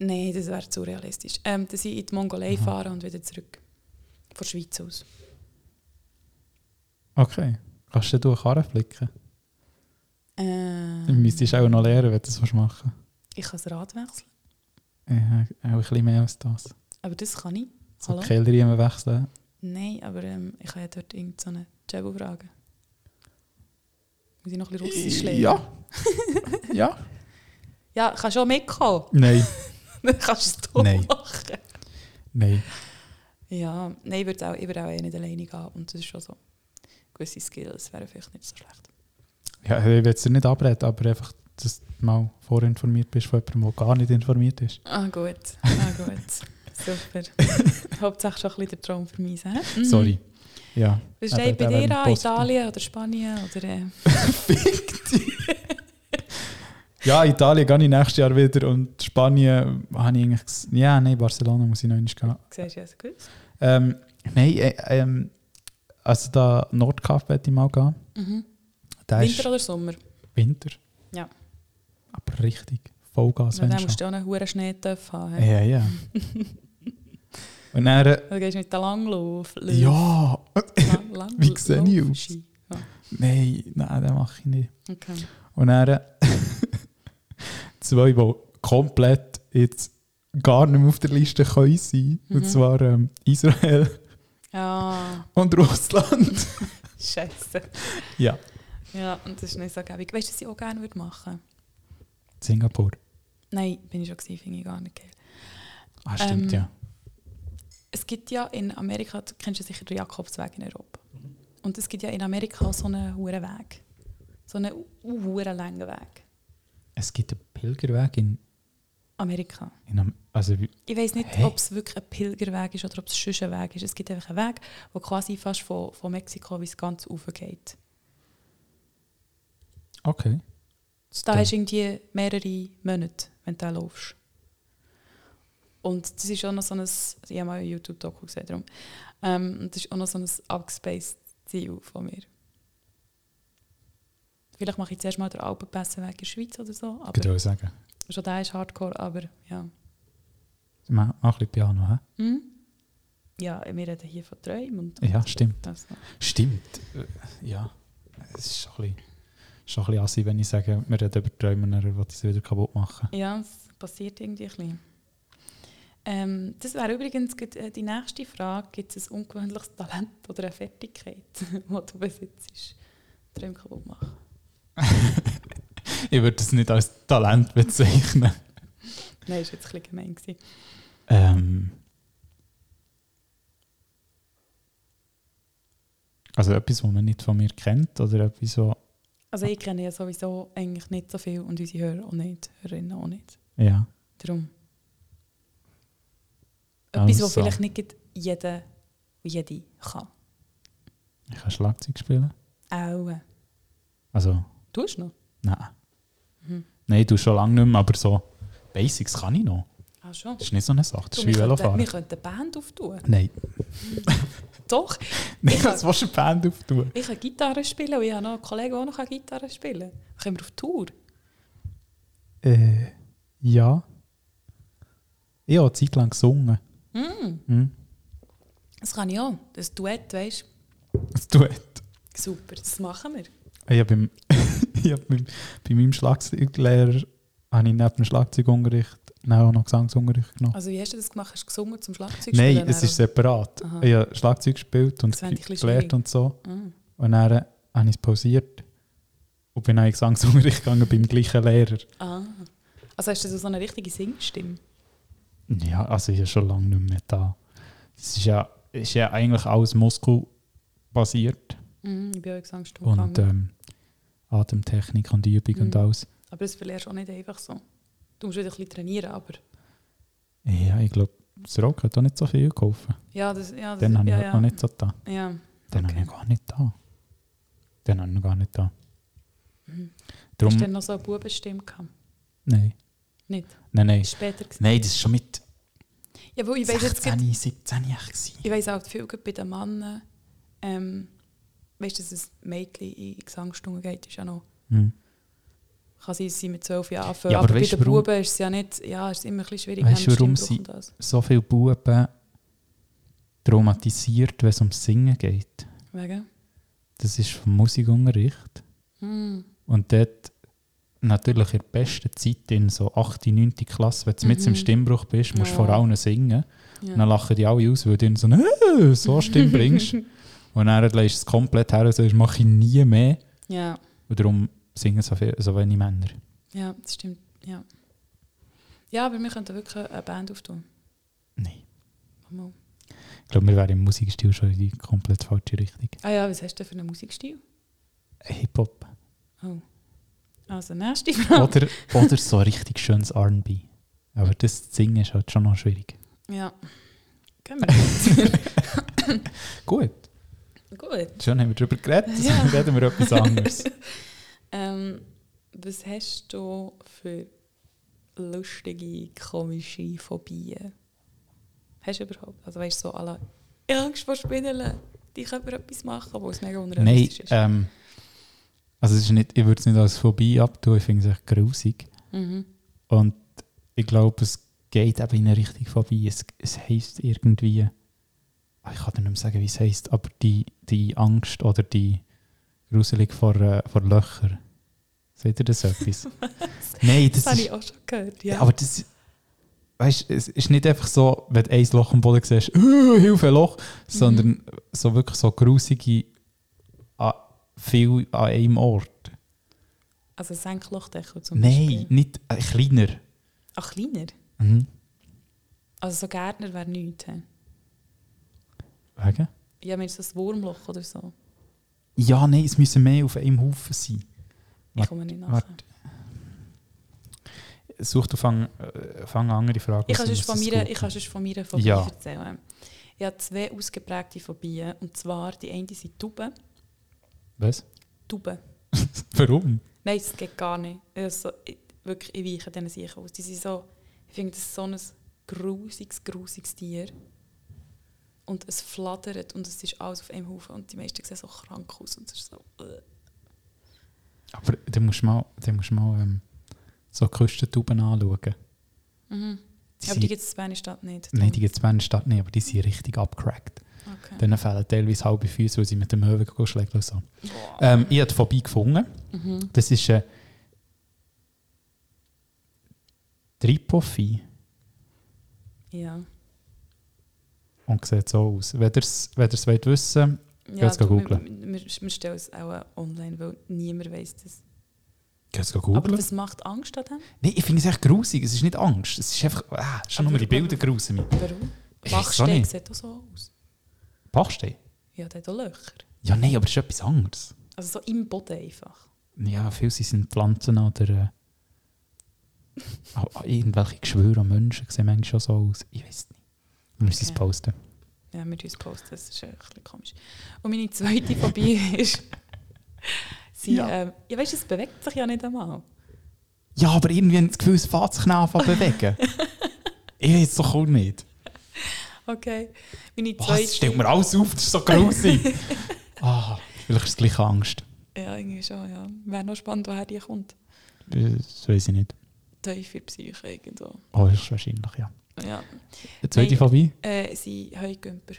[SPEAKER 2] Nein, das wäre zu realistisch. Ähm, dass ich in die Mongolei
[SPEAKER 1] Aha.
[SPEAKER 2] fahre und wieder zurück. Von der Schweiz aus.
[SPEAKER 1] Okay. Kannst du denn du eine Karre flicken?
[SPEAKER 2] Ähm,
[SPEAKER 1] Du müsstest auch noch lernen, wenn du das machen
[SPEAKER 2] Ich kann das Rad wechseln,
[SPEAKER 1] willst. Ja, auch ein bisschen mehr als das.
[SPEAKER 2] aber das kann ich.
[SPEAKER 1] So
[SPEAKER 2] Hallo?
[SPEAKER 1] die Keller wechseln.
[SPEAKER 2] Nein, aber ähm, ich kann ja dort irgendeine so Jabo fragen. Muss ich noch ein bisschen Russisch lernen?
[SPEAKER 1] Ja. ja.
[SPEAKER 2] Ja, kannst du auch mitkommen?
[SPEAKER 1] Nein.
[SPEAKER 2] Dann kannst du es
[SPEAKER 1] Nein.
[SPEAKER 2] machen.
[SPEAKER 1] Nein.
[SPEAKER 2] Ja, nein, ich würde auch, ich würd auch eh nicht alleine gehen. Und das ist schon so. Gewisse Skills wären vielleicht nicht so schlecht.
[SPEAKER 1] Ja, ich will es dir nicht abreden, aber einfach, dass du mal vorinformiert bist von jemandem, der gar nicht informiert ist.
[SPEAKER 2] Ah, gut. Ah, gut. Super. Hauptsache schon ein bisschen den Traum vermeisen. hä? Mhm. Dus
[SPEAKER 1] Sorry. Ja.
[SPEAKER 2] Was
[SPEAKER 1] Aber
[SPEAKER 2] steht bei
[SPEAKER 1] der wäre
[SPEAKER 2] dir
[SPEAKER 1] mir
[SPEAKER 2] an?
[SPEAKER 1] positiv.
[SPEAKER 2] Italien oder Spanien? Oder, äh,
[SPEAKER 1] Ja, Italien gehe ich nächstes Jahr wieder und Spanien habe ich eigentlich... ges- Ja, nein, Barcelona muss ich noch nicht gehen.
[SPEAKER 2] siehst du ja so gut.
[SPEAKER 1] Ähm, nein, äh, ähm, also da Nordkap werde ich mal gehen.
[SPEAKER 2] Mhm.
[SPEAKER 1] Der
[SPEAKER 2] Winter oder Sommer?
[SPEAKER 1] ist Winter.
[SPEAKER 2] Ja.
[SPEAKER 1] Aber richtig. Vollgas,
[SPEAKER 2] Dann
[SPEAKER 1] wenn schon.
[SPEAKER 2] musst du auch einen hohen Schneetöpf haben. hä?
[SPEAKER 1] Ja, ja. und dann... äh,
[SPEAKER 2] Oder gehst du mit den Langlauf?
[SPEAKER 1] Ja!
[SPEAKER 2] Lang, lang,
[SPEAKER 1] Wie sehe ich aus?
[SPEAKER 2] Ski.
[SPEAKER 1] Nein, nein, das mache ich nicht.
[SPEAKER 2] Okay.
[SPEAKER 1] Und dann äh, zwei, die komplett jetzt gar nicht mehr auf der Liste können sein
[SPEAKER 2] Mhm.
[SPEAKER 1] Und zwar ähm, Israel
[SPEAKER 2] Ja,
[SPEAKER 1] und Russland.
[SPEAKER 2] scheiße.
[SPEAKER 1] ja,
[SPEAKER 2] Ja, und das ist nicht so gäbig. Weißt du, was ich auch gerne würde machen?
[SPEAKER 1] Singapur.
[SPEAKER 2] Nein, bin ich schon gewesen, finde ich gar nicht geil.
[SPEAKER 1] Ah, stimmt,
[SPEAKER 2] Ähm,
[SPEAKER 1] ja.
[SPEAKER 2] Es gibt ja in Amerika, du kennst ja sicher den Jakobsweg in Europa. Und es gibt ja in Amerika so einen hohen Weg. So einen hohen langen Weg.
[SPEAKER 1] Es gibt einen Pilgerweg in,
[SPEAKER 2] Amerika.
[SPEAKER 1] in Am- also wie-
[SPEAKER 2] Ich weiß nicht,
[SPEAKER 1] Hä?
[SPEAKER 2] ob es wirklich ein Pilgerweg ist oder ob es sonst ein Weg ist. Es gibt einfach einen Weg, der quasi fast von, von Mexiko bis ganz rauf geht.
[SPEAKER 1] Okay.
[SPEAKER 2] Da
[SPEAKER 1] Stimmt.
[SPEAKER 2] hast du irgendwie mehrere Monate, wenn du da laufst. Und das ist auch noch so ein, ich habe mal ein YouTube-Doku gesehen darum. Ähm, und das ist auch noch so ein abgespacedes Ziel von mir. Vielleicht mache ich zuerst mal den Alpenpässenweg in der Schweiz oder so.
[SPEAKER 1] Ich würde
[SPEAKER 2] Aber
[SPEAKER 1] auch sagen.
[SPEAKER 2] schon der ist hardcore, aber ja.
[SPEAKER 1] Mach, mach ein bisschen Piano, hä?
[SPEAKER 2] Hm? Ja, wir reden hier von Träumen und
[SPEAKER 1] Ja, stimmt.
[SPEAKER 2] das. noch.
[SPEAKER 1] Stimmt. Äh, Ja. Es ist schon ein bisschen, schon ein bisschen assi, wenn ich sage, wir reden über Träume und dann will ich sie wieder kaputt machen.
[SPEAKER 2] Ja, es passiert irgendwie ein bisschen. Ähm, das wäre übrigens gleich, äh, die nächste Frage. Gibt es ein ungewöhnliches Talent oder eine Fertigkeit, die du besitzt? Träume kaputt machen.
[SPEAKER 1] Ich würde es nicht als Talent bezeichnen.
[SPEAKER 2] Nein, das war jetzt ein bisschen gemein. Gewesen.
[SPEAKER 1] Ähm, also etwas, was man nicht von mir kennt oder etwas, was...
[SPEAKER 2] Also ich kenne ja sowieso eigentlich nicht so viel und unsere Hörer auch nicht, Hörerinnen auch nicht.
[SPEAKER 1] Ja,
[SPEAKER 2] Darum. Etwas, was
[SPEAKER 1] Also.
[SPEAKER 2] vielleicht nicht gerade jeder und jede kann.
[SPEAKER 1] ich kann Schlagzeug spielen.
[SPEAKER 2] Auch. äh,
[SPEAKER 1] Also,
[SPEAKER 2] Tust du noch?
[SPEAKER 1] nein.
[SPEAKER 2] Mhm.
[SPEAKER 1] Nein, du schon lange nicht mehr, aber so Basics kann ich noch.
[SPEAKER 2] Ah, schon.
[SPEAKER 1] Das ist nicht so eine Sache, das
[SPEAKER 2] Du,
[SPEAKER 1] ist
[SPEAKER 2] wir, könnten,
[SPEAKER 1] wie
[SPEAKER 2] wir
[SPEAKER 1] Velofahren.
[SPEAKER 2] könnten eine Band auftun.
[SPEAKER 1] Nein,
[SPEAKER 2] Doch,
[SPEAKER 1] nein,
[SPEAKER 2] Ich-
[SPEAKER 1] das willst du eine Band auftun.
[SPEAKER 2] Ich kann Gitarre spielen und ich habe noch einen Kollegen, der auch noch Gitarre spielen kann. Können wir auf Tour?
[SPEAKER 1] Äh, ja. Ich habe eine Zeit lang gesungen.
[SPEAKER 2] Mm,
[SPEAKER 1] Hm?
[SPEAKER 2] das kann ich auch. Das Duett, weißt
[SPEAKER 1] Das Duett.
[SPEAKER 2] du? Super, das machen wir.
[SPEAKER 1] Ich habe beim, ich hab beim, bei meinem Schlagzeuglehrer habe ich neben dem Schlagzeugunterricht dann auch noch Gesangsunterricht genommen.
[SPEAKER 2] Also, wie hast du das gemacht? Hast du gesungen zum Schlagzeug
[SPEAKER 1] Nein, es ist separat.
[SPEAKER 2] Aha.
[SPEAKER 1] Ich habe Schlagzeug gespielt und
[SPEAKER 2] Das fände ich ein bisschen
[SPEAKER 1] gelernt und so.
[SPEAKER 2] Mm.
[SPEAKER 1] Und dann habe ich es pausiert und bin dann in den Gesangsunterricht gegangen beim gleichen Lehrer.
[SPEAKER 2] Ah. Also hast du so eine richtige Singstimme?
[SPEAKER 1] Ja, also ich habe schon lange nicht mehr da. Es ist ja, ist ja eigentlich alles muskelbasiert
[SPEAKER 2] Mhm, ich bin auch in Gesangsstunde
[SPEAKER 1] und
[SPEAKER 2] gegangen.
[SPEAKER 1] ähm, Atemtechnik und Übung und
[SPEAKER 2] Mhm.
[SPEAKER 1] alles.
[SPEAKER 2] Aber das verlierst du auch nicht einfach so. Du musst wieder ein bisschen trainieren, aber...
[SPEAKER 1] Ja, ich glaube, das Rock hat auch nicht so viel geholfen.
[SPEAKER 2] Ja, das... Ja, das
[SPEAKER 1] Dann habe ich
[SPEAKER 2] Also, ja,
[SPEAKER 1] halt
[SPEAKER 2] ja.
[SPEAKER 1] noch nicht so da.
[SPEAKER 2] Ja.
[SPEAKER 1] Dann
[SPEAKER 2] Okay.
[SPEAKER 1] habe ich gar nicht da. Dann habe ich noch gar nicht da.
[SPEAKER 2] Mhm. Hast du
[SPEAKER 1] Drum,
[SPEAKER 2] dann noch so eine Bubenstimme gehabt?
[SPEAKER 1] nein.
[SPEAKER 2] Nicht?
[SPEAKER 1] Nein, nein.
[SPEAKER 2] Später gewesen?
[SPEAKER 1] Nein, das ist schon mit
[SPEAKER 2] Ja, weil ich weiss jetzt...
[SPEAKER 1] 16,
[SPEAKER 2] gerade-
[SPEAKER 1] 17 Jahren. gewesen.
[SPEAKER 2] Ich weiss auch viel gerade bei den Männern. Ähm, weißt du, dass ein Mädchen in Gesangsstunden geht, ist ja noch...
[SPEAKER 1] Hm.
[SPEAKER 2] Kann sein, dass sie mit 12 Jahren anfangen.
[SPEAKER 1] Ja, aber
[SPEAKER 2] aber bei
[SPEAKER 1] weisst du,
[SPEAKER 2] den
[SPEAKER 1] warum-
[SPEAKER 2] Buben ist es ja nicht... Ja, ist es immer ein bisschen schwierig.
[SPEAKER 1] Weisst du,
[SPEAKER 2] haben
[SPEAKER 1] warum
[SPEAKER 2] Stimmbruch
[SPEAKER 1] sie-
[SPEAKER 2] und alles.
[SPEAKER 1] So viele Buben traumatisiert, wenn es ums Singen geht.
[SPEAKER 2] Wegen?
[SPEAKER 1] Das ist vom Musikunterricht.
[SPEAKER 2] Hm.
[SPEAKER 1] Und dort natürlich in der besten Zeit, in so 8., 9. Klasse, wenn du mit im
[SPEAKER 2] Mhm.
[SPEAKER 1] Stimmbruch bist, musst du vor
[SPEAKER 2] Ja.
[SPEAKER 1] allen singen.
[SPEAKER 2] Ja.
[SPEAKER 1] Und dann lachen die alle aus, weil du ihnen so, «Nö, so Stimme bringst. und dann lässt du es komplett her und sagst, mache ich nie mehr.
[SPEAKER 2] ja,
[SPEAKER 1] Und darum singen so, viel, so wenig Männer.
[SPEAKER 2] ja, das stimmt. Ja. ja, aber wir könnten wirklich eine Band auftun.
[SPEAKER 1] Nein.
[SPEAKER 2] Mal.
[SPEAKER 1] Ich glaube, wir wären im Musikstil schon in die komplett falsche Richtung.
[SPEAKER 2] Ah ja, was hast du denn für einen Musikstil?
[SPEAKER 1] Hip-Hop.
[SPEAKER 2] Oh. Also, nächste Frage.
[SPEAKER 1] Oder, oder so richtig schönes RB. Aber das Singen ist halt schon noch schwierig.
[SPEAKER 2] Ja. Gehen wir.
[SPEAKER 1] Gut,
[SPEAKER 2] Gut.
[SPEAKER 1] schon haben wir darüber geredet.
[SPEAKER 2] Ja.
[SPEAKER 1] Reden wir etwas anderes.
[SPEAKER 2] Ähm, was hast du für lustige, komische Phobien? Hast du überhaupt? Also, weißt du, so alle. Ich habe Angst vor Spinnen. Die können mir etwas machen, obwohl es mega
[SPEAKER 1] Nein,
[SPEAKER 2] unrealistisch ist.
[SPEAKER 1] ähm, also es ist nicht, ich würde es nicht als Phobie abtun, ich finde es echt grusig.
[SPEAKER 2] Mhm.
[SPEAKER 1] Und ich glaube, es geht eben in eine Richtung vorbei. Es, es heisst irgendwie, Ah, ich kann dir nicht mehr sagen, wie es heisst, aber die, die Angst oder die Gruselig vor, äh, vor Löchern. Seht ihr das etwas? Nein, das,
[SPEAKER 2] Das, habe
[SPEAKER 1] ist,
[SPEAKER 2] ich auch schon gehört.
[SPEAKER 1] Ja.
[SPEAKER 2] Ja.
[SPEAKER 1] Aber das, weißt, es ist nicht einfach so, wenn du ein Loch am Boden siehst, «Uh, Hilfe, ein
[SPEAKER 2] Mhm.
[SPEAKER 1] Loch, sondern so wirklich so grusige, ah, viel an einem Ort.
[SPEAKER 2] also Senklochtdeckel zum
[SPEAKER 1] Nein,
[SPEAKER 2] Beispiel.
[SPEAKER 1] nicht äh, kleiner.
[SPEAKER 2] Ach, kleiner.
[SPEAKER 1] Mhm.
[SPEAKER 2] Also so Gärtner wäre nichts. hä?
[SPEAKER 1] Wegen?
[SPEAKER 2] Ja, meinst du das Wurmloch oder so?
[SPEAKER 1] Ja, nein, es müssen mehr auf einem Haufen sein.
[SPEAKER 2] Ich
[SPEAKER 1] Warte,
[SPEAKER 2] komme nicht nach.
[SPEAKER 1] warte. Such du, fang, äh, fang eine andere Frage.
[SPEAKER 2] Ich
[SPEAKER 1] was
[SPEAKER 2] kann
[SPEAKER 1] du
[SPEAKER 2] sonst von
[SPEAKER 1] musst
[SPEAKER 2] mir,
[SPEAKER 1] googeln.
[SPEAKER 2] ich kann sonst von mir Phobie
[SPEAKER 1] Ja.
[SPEAKER 2] erzählen. Ich habe zwei ausgeprägte Phobien. Und zwar, die eine sind Tauben.
[SPEAKER 1] Was?
[SPEAKER 2] Tauben.
[SPEAKER 1] Warum?
[SPEAKER 2] Nein, das geht gar nicht. Also, ich, wirklich, ich weiche denen sicher aus. Die sind so, ich finde, das ist so ein grusiges, grusiges Tier. Und es flattert und es ist alles auf einem Haufen. Und die meisten sehen so krank aus. Und es ist so... äh.
[SPEAKER 1] Aber dann musst du mal, dann musst du mal ähm, so Küstentuben anschauen.
[SPEAKER 2] Mhm.
[SPEAKER 1] Die
[SPEAKER 2] Aber
[SPEAKER 1] sind-
[SPEAKER 2] die gibt es in Spanien Stadt nicht.
[SPEAKER 1] Nein, die gibt es in Stadt nicht, aber die sind richtig abgecrackt.
[SPEAKER 2] Okay.
[SPEAKER 1] Dann fehlen teilweise halbe Füße, weil sie mit dem Höhe schlägt. und So.
[SPEAKER 2] Boah.
[SPEAKER 1] Ähm, ich habe die Phobie gefunden.
[SPEAKER 2] Mhm.
[SPEAKER 1] Das ist äh, Tripophie
[SPEAKER 2] Ja.
[SPEAKER 1] und sieht so aus. Wenn ihr es wollt wissen,
[SPEAKER 2] ja
[SPEAKER 1] Jetzt geh
[SPEAKER 2] du,
[SPEAKER 1] googlen.
[SPEAKER 2] Wir, wir, wir stellen es auch online, weil niemand weiß das.
[SPEAKER 1] geht es
[SPEAKER 2] Aber
[SPEAKER 1] googeln.
[SPEAKER 2] was macht Angst an dem?
[SPEAKER 1] Nein, ich finde es echt grusig. Es ist nicht Angst. Es ist einfach, ah, schon nur
[SPEAKER 2] Aber-
[SPEAKER 1] die Bilder grusen mich.
[SPEAKER 2] Warum?
[SPEAKER 1] Ich weiß auch
[SPEAKER 2] Wachstein
[SPEAKER 1] nicht.
[SPEAKER 2] sieht auch so aus.
[SPEAKER 1] Bachstein?
[SPEAKER 2] Ja, der hat auch Löcher.
[SPEAKER 1] eh. Ja, nein, aber es ist etwas anderes.
[SPEAKER 2] Also so im Boden einfach.
[SPEAKER 1] Ja, viele sind Pflanzen oder äh, auch- auch irgendwelche Geschwüre an Menschen sehen manchmal schon so aus. Ich weiß nicht. Wir müssen es
[SPEAKER 2] Okay.
[SPEAKER 1] posten.
[SPEAKER 2] Ja, mit uns posten, das ist ein bisschen komisch. Und meine zweite Phobie ist... Sie,
[SPEAKER 1] Ja.
[SPEAKER 2] ja. Ähm, ja, weißt du, es bewegt sich ja nicht einmal.
[SPEAKER 1] Ja, aber irgendwie habe ich das Gefühl, es fährt sich nach an bewegen. ich weiß doch auch nicht.
[SPEAKER 2] Okay. Meine zweite...
[SPEAKER 1] Was? Stellt mir alles auf, das ist so grusig. ah, vielleicht ist es gleich Angst.
[SPEAKER 2] Ja, irgendwie schon, ja. Wäre noch spannend, woher die kommt.
[SPEAKER 1] Das weiß ich nicht.
[SPEAKER 2] Tiefe Psyche irgendwo.
[SPEAKER 1] Oh, ist wahrscheinlich, ja.
[SPEAKER 2] Ja.
[SPEAKER 1] Die zweite
[SPEAKER 2] Nein.
[SPEAKER 1] Phobie.
[SPEAKER 2] Äh, sie Heugümper.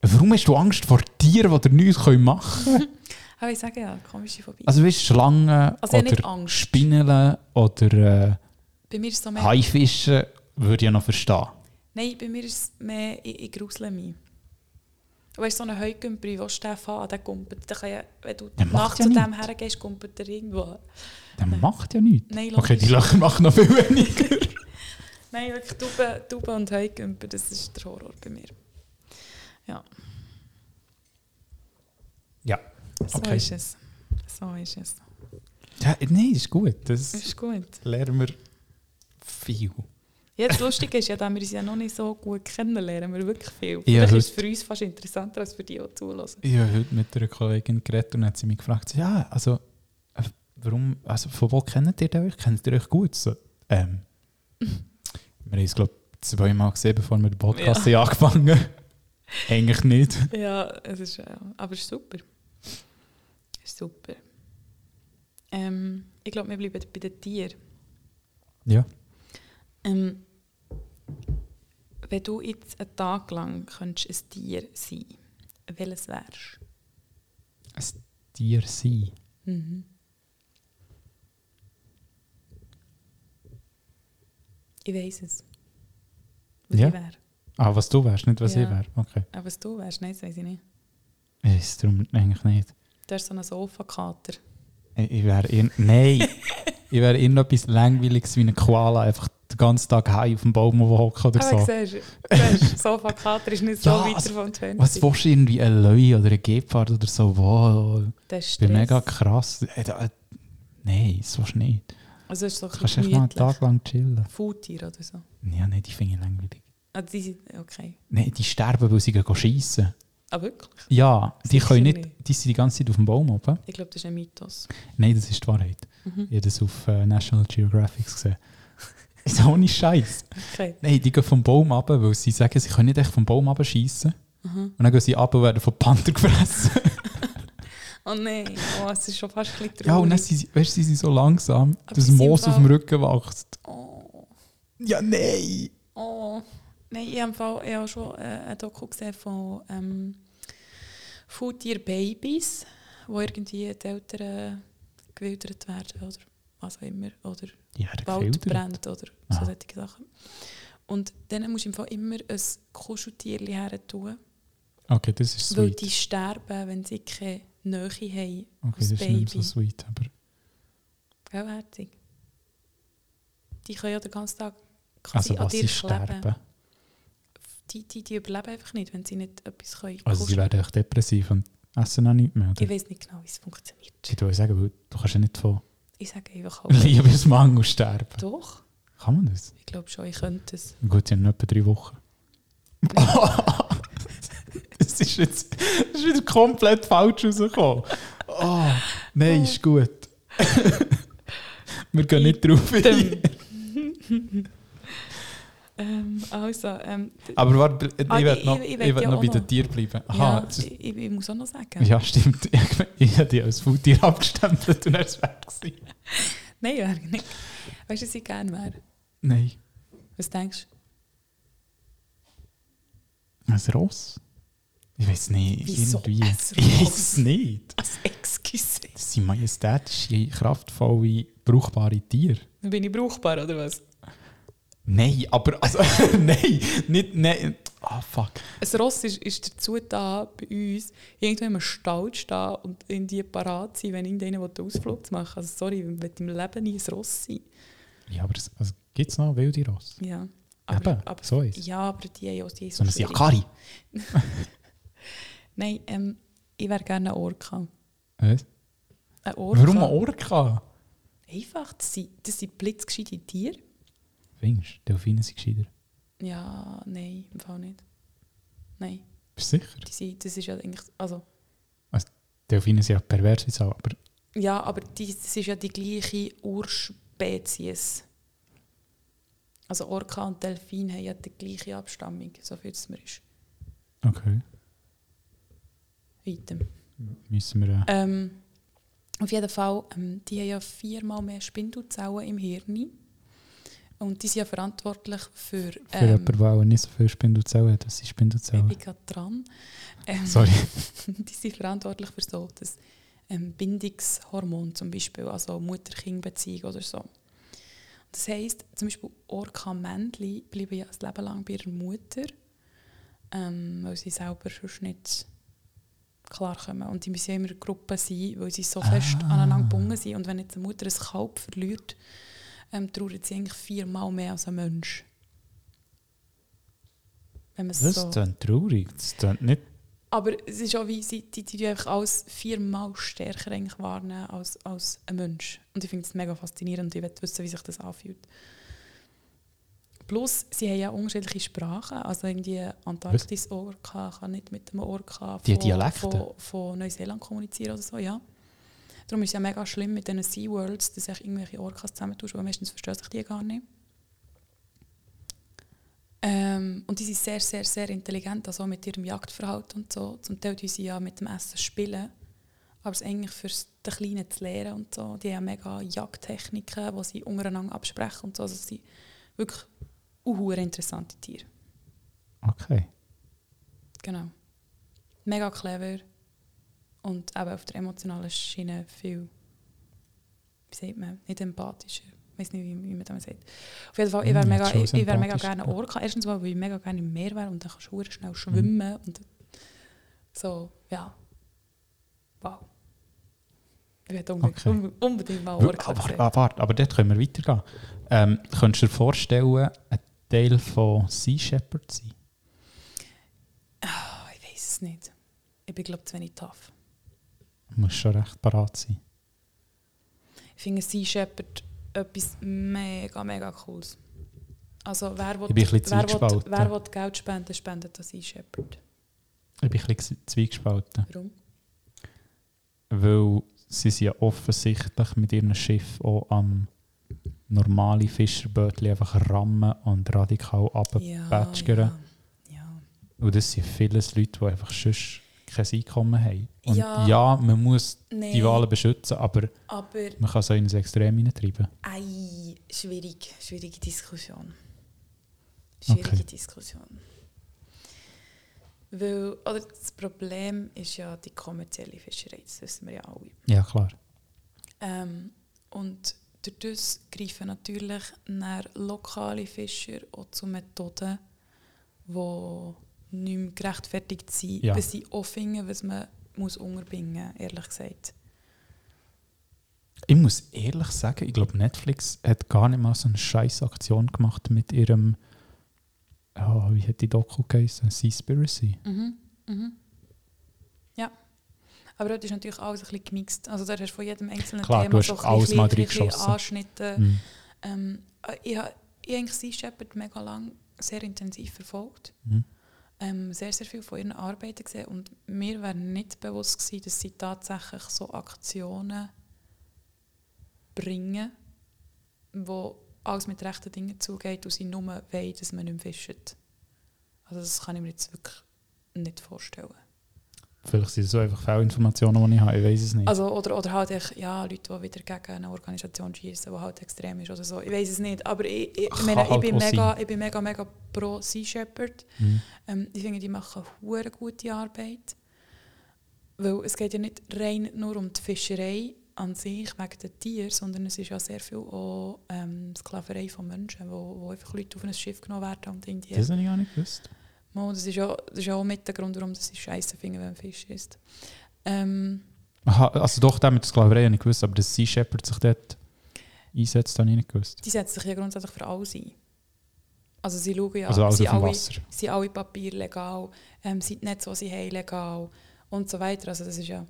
[SPEAKER 1] Warum hast du Angst vor Tieren, die dir nichts machen können?
[SPEAKER 2] Aber ich sage ja, komische Phobie.
[SPEAKER 1] Also, weißt du, Schlangen
[SPEAKER 2] Also, ich habe nicht
[SPEAKER 1] oder
[SPEAKER 2] Angst.
[SPEAKER 1] Spinnen oder
[SPEAKER 2] bei mir ist es so
[SPEAKER 1] äh,
[SPEAKER 2] mehr.
[SPEAKER 1] Haifische würde ich ja noch verstehen.
[SPEAKER 2] Nein, bei mir ist es mehr, ich, ich grusle mich. Weißt du, so einen Heukümper, wo Steff hat, der kommt, der kann ja, wenn du
[SPEAKER 1] Der macht
[SPEAKER 2] nachts
[SPEAKER 1] ja
[SPEAKER 2] zu dem
[SPEAKER 1] nichts.
[SPEAKER 2] hergehst, kommt der irgendwo.
[SPEAKER 1] Der macht ja nichts.
[SPEAKER 2] Nein,
[SPEAKER 1] okay, die
[SPEAKER 2] logisch.
[SPEAKER 1] Lacher machen noch viel weniger.
[SPEAKER 2] Nein, wirklich, Tauben, Tauben und Heukümper, das ist der Horror bei mir.
[SPEAKER 1] ja.
[SPEAKER 2] So
[SPEAKER 1] Okay.
[SPEAKER 2] ist es. So ist es.
[SPEAKER 1] ja. Nein, ist gut. Das
[SPEAKER 2] Ist gut.
[SPEAKER 1] lernen wir viel.
[SPEAKER 2] Ja, das Lustige ist ja, dass wir uns ja noch nicht so gut kennenlernen, wir wirklich viel.
[SPEAKER 1] Ja,
[SPEAKER 2] das
[SPEAKER 1] heute-
[SPEAKER 2] ist es für uns fast interessanter, als für die, die zuhören.
[SPEAKER 1] Ich habe heute mit einer Kollegin geredet und hat sie mich gefragt, so, ja, also, äh, warum, also, von wo kennt ihr euch? Kennt ihr euch gut? So, ähm, wir haben es, glaube ich, zweimal gesehen, bevor wir den Podcast haben angefangen haben. Eigentlich nicht.
[SPEAKER 2] Ja, es ist, äh, aber es ist super. Es ist super. Ähm, ich glaube, wir bleiben bei den Tieren.
[SPEAKER 1] Ja.
[SPEAKER 2] Ähm, wenn du jetzt einen Tag lang könntest ein Tier sein welches wärst
[SPEAKER 1] Ein Tier sein.
[SPEAKER 2] du? Ich weiß es. Was
[SPEAKER 1] Ja.
[SPEAKER 2] ich wäre.
[SPEAKER 1] Ah, was du wärst, nicht was
[SPEAKER 2] Ja.
[SPEAKER 1] ich wäre. Okay.
[SPEAKER 2] Aber Äh, was du wärst, nein, das weiß ich nicht.
[SPEAKER 1] Ist darum eigentlich nicht.
[SPEAKER 2] Du hast so einen Sofa-Kater.
[SPEAKER 1] Ich, ich wäre ir- Nein! ich wäre irgendetwas Langweiliges wie ein Koala, einfach den ganzen Tag high auf dem Baum hocken oder
[SPEAKER 2] Aber
[SPEAKER 1] so.
[SPEAKER 2] siehst du, siehst, Sofa-Kater ist nicht so
[SPEAKER 1] Ja,
[SPEAKER 2] weit
[SPEAKER 1] also,
[SPEAKER 2] davon entfernt.
[SPEAKER 1] Was willst du irgendwie ein Löwe oder ein Gepard oder so? Wow,
[SPEAKER 2] Das ist
[SPEAKER 1] ich bin
[SPEAKER 2] Stress.
[SPEAKER 1] mega krass. Äh, da- äh, Nein, das willst du nicht.
[SPEAKER 2] Also es ist so ein
[SPEAKER 1] Du kannst
[SPEAKER 2] bisschen
[SPEAKER 1] echt mal einen
[SPEAKER 2] gemütlich.
[SPEAKER 1] Tag lang chillen.
[SPEAKER 2] Faultier oder so.
[SPEAKER 1] Ja, nein, die finde ich langweilig.
[SPEAKER 2] Ah, die sind, okay.
[SPEAKER 1] Nein, die sterben, weil sie gehen schiessen.
[SPEAKER 2] Ah, wirklich?
[SPEAKER 1] Ja, die,
[SPEAKER 2] Sicher
[SPEAKER 1] können nicht,
[SPEAKER 2] nicht.
[SPEAKER 1] die sind die ganze Zeit auf dem Baum oben.
[SPEAKER 2] Ich glaube, das ist ein dus Mythos.
[SPEAKER 1] Nein, das ist die Wahrheit. Ich
[SPEAKER 2] Mhm.
[SPEAKER 1] habe das auf äh, National Geographic gesehen. Ist ohne Scheiß.
[SPEAKER 2] Okay.
[SPEAKER 1] Nein, die gehen vom Baum ab, weil sie sagen, sie können nicht echt vom Baum abschießen.
[SPEAKER 2] Mhm.
[SPEAKER 1] Und dann gehen sie ab und werden von Panther gefressen.
[SPEAKER 2] Oh nein, oh, es ist schon fast ein bisschen traurig.
[SPEAKER 1] ja, und dann sind sie, weißt, du, sie sind so langsam,
[SPEAKER 2] Aber
[SPEAKER 1] dass
[SPEAKER 2] sie sind
[SPEAKER 1] Moos
[SPEAKER 2] im
[SPEAKER 1] auf dem
[SPEAKER 2] Fall-
[SPEAKER 1] Rücken wächst.
[SPEAKER 2] oh,
[SPEAKER 1] Ja, nein!
[SPEAKER 2] oh. Nein, ich habe im Fall- ich habe schon äh, ein Doku gesehen von ähm, Faultier-Babys, wo irgendwie die Eltern äh, gewildert werden oder was auch immer. Oder
[SPEAKER 1] Die werden
[SPEAKER 2] Wald
[SPEAKER 1] gefiltert.
[SPEAKER 2] brennt oder so
[SPEAKER 1] Aha.
[SPEAKER 2] solche Sachen. Und dann musst du im Fall immer ein Kuscheltierchen her tun.
[SPEAKER 1] Okay, das ist
[SPEAKER 2] Weil
[SPEAKER 1] sweet.
[SPEAKER 2] die sterben, wenn sie keine Nähe haben.
[SPEAKER 1] Okay,
[SPEAKER 2] als
[SPEAKER 1] das ist nicht mehr so
[SPEAKER 2] Baby.
[SPEAKER 1] sweet, aber
[SPEAKER 2] Gell, Herzig? Die können ja den ganzen Tag quasi
[SPEAKER 1] also was sie
[SPEAKER 2] kleben.
[SPEAKER 1] sterben.
[SPEAKER 2] Die, die, die überleben einfach nicht, wenn sie nicht etwas können.
[SPEAKER 1] Also sie
[SPEAKER 2] kuscheln.
[SPEAKER 1] werden echt depressiv und essen auch nichts mehr,
[SPEAKER 2] ich
[SPEAKER 1] oder?
[SPEAKER 2] weiß nicht genau, wie es funktioniert.
[SPEAKER 1] Ich würde sagen, weil du kannst ja nicht von
[SPEAKER 2] Ich sage einfach auch.
[SPEAKER 1] Liebesmangel sterben.
[SPEAKER 2] Doch,
[SPEAKER 1] Kann man das?
[SPEAKER 2] ich glaube schon, ich könnte es.
[SPEAKER 1] Gut, sie haben noch etwa drei Wochen. das ist jetzt das ist wieder komplett falsch rausgekommen. Oh, nein, ist gut. Wir gehen nicht drauf ein.
[SPEAKER 2] ähm, also, ähm, d-
[SPEAKER 1] Aber warte, ich
[SPEAKER 2] Ah,
[SPEAKER 1] will
[SPEAKER 2] ich-
[SPEAKER 1] noch,
[SPEAKER 2] ich- ich
[SPEAKER 1] ich
[SPEAKER 2] will
[SPEAKER 1] will
[SPEAKER 2] ja
[SPEAKER 1] noch
[SPEAKER 2] auch
[SPEAKER 1] bei den
[SPEAKER 2] noch.
[SPEAKER 1] Tieren bleiben. Aha,
[SPEAKER 2] ja,
[SPEAKER 1] das ist-
[SPEAKER 2] ich, ich, ich muss auch noch sagen.
[SPEAKER 1] Ah, ja, stimmt. Ich habe die als Foodtier abgestempelt und er ist weg. gewesen.
[SPEAKER 2] Nein, ja, nicht. Weißt du, was ich gerne wäre?
[SPEAKER 1] Nein,
[SPEAKER 2] Was denkst du?
[SPEAKER 1] ein Ross? Ich weiß nicht.
[SPEAKER 2] Wieso
[SPEAKER 1] Irgendwie.
[SPEAKER 2] ein
[SPEAKER 1] Ich weiß
[SPEAKER 2] Ross?
[SPEAKER 1] es nicht.
[SPEAKER 2] Als Excuse.
[SPEAKER 1] Das sind majestätische, kraftvolle, brauchbare Tiere.
[SPEAKER 2] Dann bin ich brauchbar, oder was?
[SPEAKER 1] Nein, aber also, nein, nicht, nein. Ah, fuck.
[SPEAKER 2] Ein Ross ist, ist dazu da, bei uns irgendwo im Stall zu stehen und in die parat zu sein, wenn irgendeiner will einen Ausflug machen will. Also sorry, ich will im Leben nie ein Ross sein.
[SPEAKER 1] Ja, aber es- also, gibt es noch wilde Ross?
[SPEAKER 2] Ja, aber,
[SPEAKER 1] Eben,
[SPEAKER 2] aber,
[SPEAKER 1] so ist
[SPEAKER 2] ja, aber die haben ja auch die haben so
[SPEAKER 1] So ein
[SPEAKER 2] schwierig.
[SPEAKER 1] Jakari.
[SPEAKER 2] Nein, ähm, ich wäre gerne ein Orca.
[SPEAKER 1] Was?
[SPEAKER 2] Ein Orca.
[SPEAKER 1] Warum ein Orca?
[SPEAKER 2] Einfach, das sind, das sind blitzgescheite Tiere.
[SPEAKER 1] Findest du, Delfine sind gescheiter.
[SPEAKER 2] Ja, nein, im Fall nicht. Nein,
[SPEAKER 1] Bist du sicher?
[SPEAKER 2] die sind, das ist ja eigentlich, also...
[SPEAKER 1] Delfine sind ja pervers wie Sau, aber
[SPEAKER 2] Ja, aber die, das ist ja die gleiche Urspezies. Also Orca und Delfin haben ja die gleiche Abstammung, so viel es mir ist.
[SPEAKER 1] okay.
[SPEAKER 2] Weitem.
[SPEAKER 1] Müssen wir... Äh,
[SPEAKER 2] Ähm, auf jeden Fall, ähm, die haben ja viermal mehr Spindelzellen im Hirn. Und die sind ja verantwortlich für...
[SPEAKER 1] für
[SPEAKER 2] Ähm,
[SPEAKER 1] jemanden, der auch nicht so viel Spindelzellen hat, was sind
[SPEAKER 2] ich
[SPEAKER 1] Spindelzellen?
[SPEAKER 2] bin gerade dran. Ähm,
[SPEAKER 1] Sorry.
[SPEAKER 2] die sind verantwortlich für so das ähm, Bindungshormon zum Beispiel, also Mutter-Kind-Beziehung oder so. Das heisst, zum Beispiel Orca-Männchen bleiben ja ein Leben lang bei ihrer Mutter ähm, weil sie selber sonst nicht klarkommen. Und die müssen ja immer Gruppen sein, weil sie so fest
[SPEAKER 1] Ah.
[SPEAKER 2] aneinander gebunden sind. Und wenn jetzt eine Mutter ein Kalb verliert, ähm, trauert sie eigentlich viermal mehr als ein Mensch. Wenn man es
[SPEAKER 1] Das
[SPEAKER 2] so...
[SPEAKER 1] klingt traurig. Das klingt nicht...
[SPEAKER 2] Aber es ist auch wie, sie, die, die, die einfach alles viermal stärker eigentlich wahrnehmen als, als ein Mensch. Und ich finde das mega faszinierend und ich will wissen, wie sich das anfühlt. Plus, sie haben ja unterschiedliche Sprachen. Also irgendwie Antarktis-Orca kann nicht mit dem Orca
[SPEAKER 1] Die
[SPEAKER 2] von,
[SPEAKER 1] Dialekte?
[SPEAKER 2] von, von Neuseeland kommunizieren oder so, ja. Darum ist es ja mega schlimm mit diesen Sea-Worlds, dass ich irgendwelche Orcas zusammentust, weil meistens verstehen sich die gar nicht. Ähm, und die sind sehr, sehr, sehr intelligent, also auch mit ihrem Jagdverhalten und so. Zum Teil tun sie ja mit dem Essen spielen, aber es eigentlich für den Kleinen zu lehren und so. Die haben mega Jagdtechniken, die sie untereinander absprechen und so. Also sie sind wirklich unhure interessante Tiere.
[SPEAKER 1] Okay.
[SPEAKER 2] Genau. Mega clever und eben auf der emotionalen Schiene viel, wie sagt man, nicht empathischer. Ich weiß nicht, wie, wie man das sagt. Auf jeden Fall, ich wäre
[SPEAKER 1] Mm,
[SPEAKER 2] mega,
[SPEAKER 1] schon
[SPEAKER 2] ich, ich wär mega
[SPEAKER 1] sympathisch,
[SPEAKER 2] gerne
[SPEAKER 1] ja.
[SPEAKER 2] Orca. Erstens mal, weil ich mega gerne im Meer wäre und dann kannst du verdammt schnell schwimmen.
[SPEAKER 1] Mhm.
[SPEAKER 2] Und so, ja. Wow. Ich hätte unbedingt,
[SPEAKER 1] Okay.
[SPEAKER 2] unbe- unbedingt mal
[SPEAKER 1] Aber,
[SPEAKER 2] Orca
[SPEAKER 1] aber,
[SPEAKER 2] gesehen.
[SPEAKER 1] warte, aber dort können wir weitergehen. Ähm, könntest du dir vorstellen, ein Teil von Sea Shepherd zu sein?
[SPEAKER 2] Ah, ich weiß es nicht. Ich bin, glaube ich, zu wenig tough.
[SPEAKER 1] Du musst schon recht parat sein.
[SPEAKER 2] Ich finde Sea Shepherd etwas mega, mega Cooles. Also wer will,
[SPEAKER 1] bin ein bisschen
[SPEAKER 2] wer will,
[SPEAKER 1] zwiegespalten.
[SPEAKER 2] wer will Geld spenden, spendet das Sea Shepherd.
[SPEAKER 1] Ich bin ein bisschen zweigespalten.
[SPEAKER 2] Warum?
[SPEAKER 1] Weil sie sind ja offensichtlich mit ihrem Schiff auch am normale Fischerbötchen einfach rammen und radikal runter.
[SPEAKER 2] Ja,
[SPEAKER 1] Batschgeren.
[SPEAKER 2] ja.
[SPEAKER 1] Und das sind viele Leute, die einfach sonst kein Einkommen haben. Und
[SPEAKER 2] Ja.
[SPEAKER 1] ja, man muss
[SPEAKER 2] Nee,
[SPEAKER 1] die Wahlen beschützen, aber
[SPEAKER 2] aber
[SPEAKER 1] man kann es auch in ein Extrem hineintreiben.
[SPEAKER 2] ei, schwierig, schwierige Diskussion. Schwierige
[SPEAKER 1] Okay.
[SPEAKER 2] Diskussion. Weil, oder das Problem ist ja die kommerzielle Fischerei, das wissen wir ja alle.
[SPEAKER 1] Ja, klar.
[SPEAKER 2] Ähm, und dadurch greifen natürlich nach lokale Fischer auch zu Methoden, die nicht mehr gerechtfertigt sind,
[SPEAKER 1] Ja.
[SPEAKER 2] weil sie auch finden, was man muss unterbringen muss, ehrlich gesagt.
[SPEAKER 1] Ich muss ehrlich sagen, ich glaube, Netflix hat gar nicht mal so eine scheiß Aktion gemacht mit ihrem. ah, wie hat die Doku geheißen? Seaspiracy.
[SPEAKER 2] Ja. Aber dort ist natürlich alles ein bisschen gemixt. Also da hast du von jedem einzelnen
[SPEAKER 1] Klar,
[SPEAKER 2] Thema
[SPEAKER 1] du hast
[SPEAKER 2] so ein
[SPEAKER 1] alles
[SPEAKER 2] bisschen,
[SPEAKER 1] mal
[SPEAKER 2] ein bisschen
[SPEAKER 1] reingeschossen.
[SPEAKER 2] Anschnitte.
[SPEAKER 1] Mhm.
[SPEAKER 2] Ähm, äh, ich habe ich habe eigentlich Sea Shepherd mega lang sehr intensiv verfolgt.
[SPEAKER 1] Mhm.
[SPEAKER 2] Ähm, sehr, sehr viel von ihren Arbeiten gesehen und mir wäre nicht bewusst gewesen, dass sie tatsächlich so Aktionen bringen, wo alles mit rechten Dingen zugeht und sie nur wollen, dass man nicht mehr fischt. Also das kann ich mir jetzt wirklich nicht vorstellen.
[SPEAKER 1] Vielleicht sind es so einfach Fehlinformationen, die ich habe. Ich weiß es nicht.
[SPEAKER 2] Also, oder, oder halt echt, ja, Leute, die wieder gegen eine Organisation schießen, die halt extrem ist oder so. Ich weiß es nicht, aber ich, ich, ich,
[SPEAKER 1] Kann
[SPEAKER 2] meine, ich,
[SPEAKER 1] halt
[SPEAKER 2] bin
[SPEAKER 1] auch sein.
[SPEAKER 2] mega, ich bin mega, mega pro Sea Shepherd.
[SPEAKER 1] Mhm.
[SPEAKER 2] Ähm, ich finde, die machen hure gute Arbeit. Weil es geht ja nicht rein nur um die Fischerei an sich, wegen den Tieren, sondern es ist ja sehr viel auch ähm, Sklaverei von Menschen, wo, wo einfach Leute auf ein Schiff genommen werden und in die...
[SPEAKER 1] Das habe ich gar nicht gewusst.
[SPEAKER 2] Mo, das, ist ja, das ist ja auch mit der Grund, warum sie scheiße finden, wenn ein Fisch ist. Ähm,
[SPEAKER 1] Aha, also doch, der mit der Sklaverei habe ich gewusst, aber dass Sea Shepherd sich dort einsetzt, habe ich nicht gewusst.
[SPEAKER 2] die setzen sich ja grundsätzlich für alles ein. Also sie schauen ja,
[SPEAKER 1] also alles
[SPEAKER 2] sie
[SPEAKER 1] auf dem
[SPEAKER 2] alle,
[SPEAKER 1] Wasser.
[SPEAKER 2] sind alle Papier legal, ähm, sind nicht so, sie haben legal und so weiter. Also das ist ja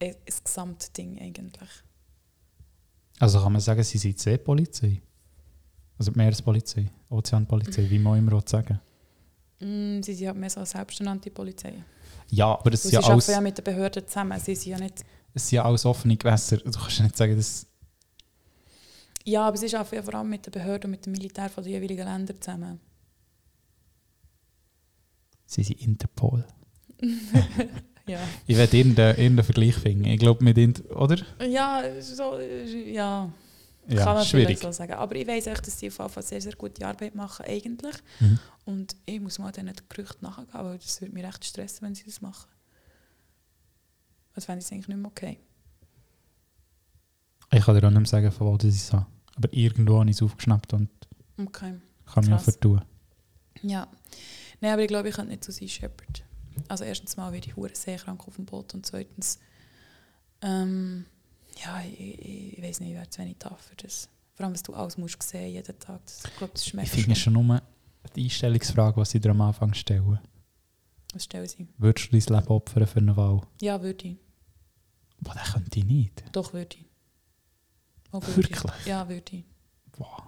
[SPEAKER 2] e, ein, ein Gesamtding eigentlich.
[SPEAKER 1] Also kann man sagen, sie sind die Seepolizei. Also die Meerespolizei, Ozeanpolizei, wie man immer will sagen
[SPEAKER 2] Mm, sie sind halt mehr so eine selbsternannte Polizei.
[SPEAKER 1] Ja, aber das
[SPEAKER 2] Sie,
[SPEAKER 1] sind
[SPEAKER 2] sie
[SPEAKER 1] ja alles,
[SPEAKER 2] arbeiten ja mit den Behörden zusammen, sie sind ja nicht...
[SPEAKER 1] es sind ja alles offene Gewässer. Du kannst ja nicht sagen, dass
[SPEAKER 2] Ja, aber sie arbeiten ja vor allem mit den Behörden und mit dem Militär von den jeweiligen Ländern zusammen.
[SPEAKER 1] sie sind Interpol.
[SPEAKER 2] Ja,
[SPEAKER 1] Ich werde irgendeinen, irgendeinen Vergleich finden. Ich glaube mit Int oder?
[SPEAKER 2] ja so... Ja...
[SPEAKER 1] Ja,
[SPEAKER 2] kann man
[SPEAKER 1] schwierig.
[SPEAKER 2] vielleicht so sagen. Aber ich weiß echt, dass sie auf jeden Fall sehr, sehr gute Arbeit machen eigentlich.
[SPEAKER 1] Mhm.
[SPEAKER 2] Und ich muss mal diesen Gerüchten nachgehen, weil das würde mich echt stressen, wenn sie das machen. Das fände ich eigentlich nicht mehr okay.
[SPEAKER 1] Ich kann dir auch nicht mehr sagen, von wo das ich habe. Aber irgendwo habe ich es aufgeschnappt und
[SPEAKER 2] Okay,
[SPEAKER 1] kann mich auch
[SPEAKER 2] Krass.
[SPEAKER 1] vertun.
[SPEAKER 2] ja. Nein, aber ich glaube, ich könnte nicht so sein Shepherd. Also erstens mal werde ich hure sehr krank auf dem Boot und zweitens, ähm, ja, ich, ich weiß nicht, ich werde zu wenig tough für das. Vor allem, was du alles musst sehen jeden Tag. Das, ich glaube, das
[SPEAKER 1] Ich
[SPEAKER 2] schmeckt
[SPEAKER 1] finde
[SPEAKER 2] schon.
[SPEAKER 1] schon nur die Einstellungsfrage, die sie dir am Anfang stellen.
[SPEAKER 2] Was stellen sie?
[SPEAKER 1] Würdest du dein Leben opfern für eine Wahl?
[SPEAKER 2] Ja, würde ich.
[SPEAKER 1] Boah, das könnte ich nicht.
[SPEAKER 2] Doch, würde ich. Auch
[SPEAKER 1] Wirklich?
[SPEAKER 2] Ich. Ja, würde ich.
[SPEAKER 1] Boah.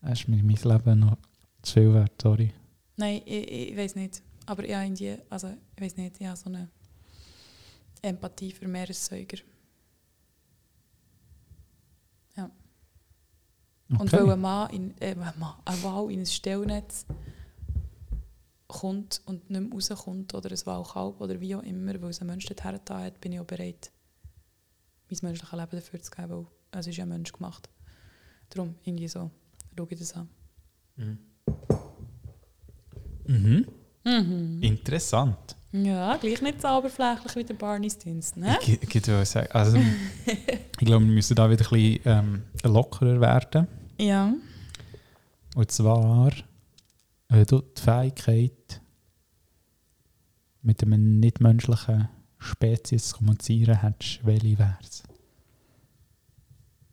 [SPEAKER 1] Das ist mir mein Leben noch zu viel wert, sorry.
[SPEAKER 2] Nein, ich, ich weiß nicht. Aber ja, in die, also ich weiß nicht, ich habe so eine eh, Empathie für Meeressäuger. Und weil ein Mann, in, äh, ein Mann, eine Wal in ein Stellnetz kommt und nicht mehr rauskommt, oder ein Walkalb oder wie auch immer, weil es ein Mensch dorthin getan hat, bin ich auch bereit, mein menschliches Leben dafür zu geben, weil es ist ja ein Mensch gemacht. Darum, irgendwie so, schaue ich das an.
[SPEAKER 1] Mhm. Mhm. Interessant.
[SPEAKER 2] Ja, gleich nicht so oberflächlich wie der Barney Stinson, ne?
[SPEAKER 1] Ich, ich, ich, würde sagen, also, ich glaube, wir müssen da wieder ein bisschen ähm, lockerer werden.
[SPEAKER 2] Ja.
[SPEAKER 1] Und zwar, wenn du die Fähigkeit mit einer nichtmenschlichen Spezies zu kommunizieren hättest, welche wäre es?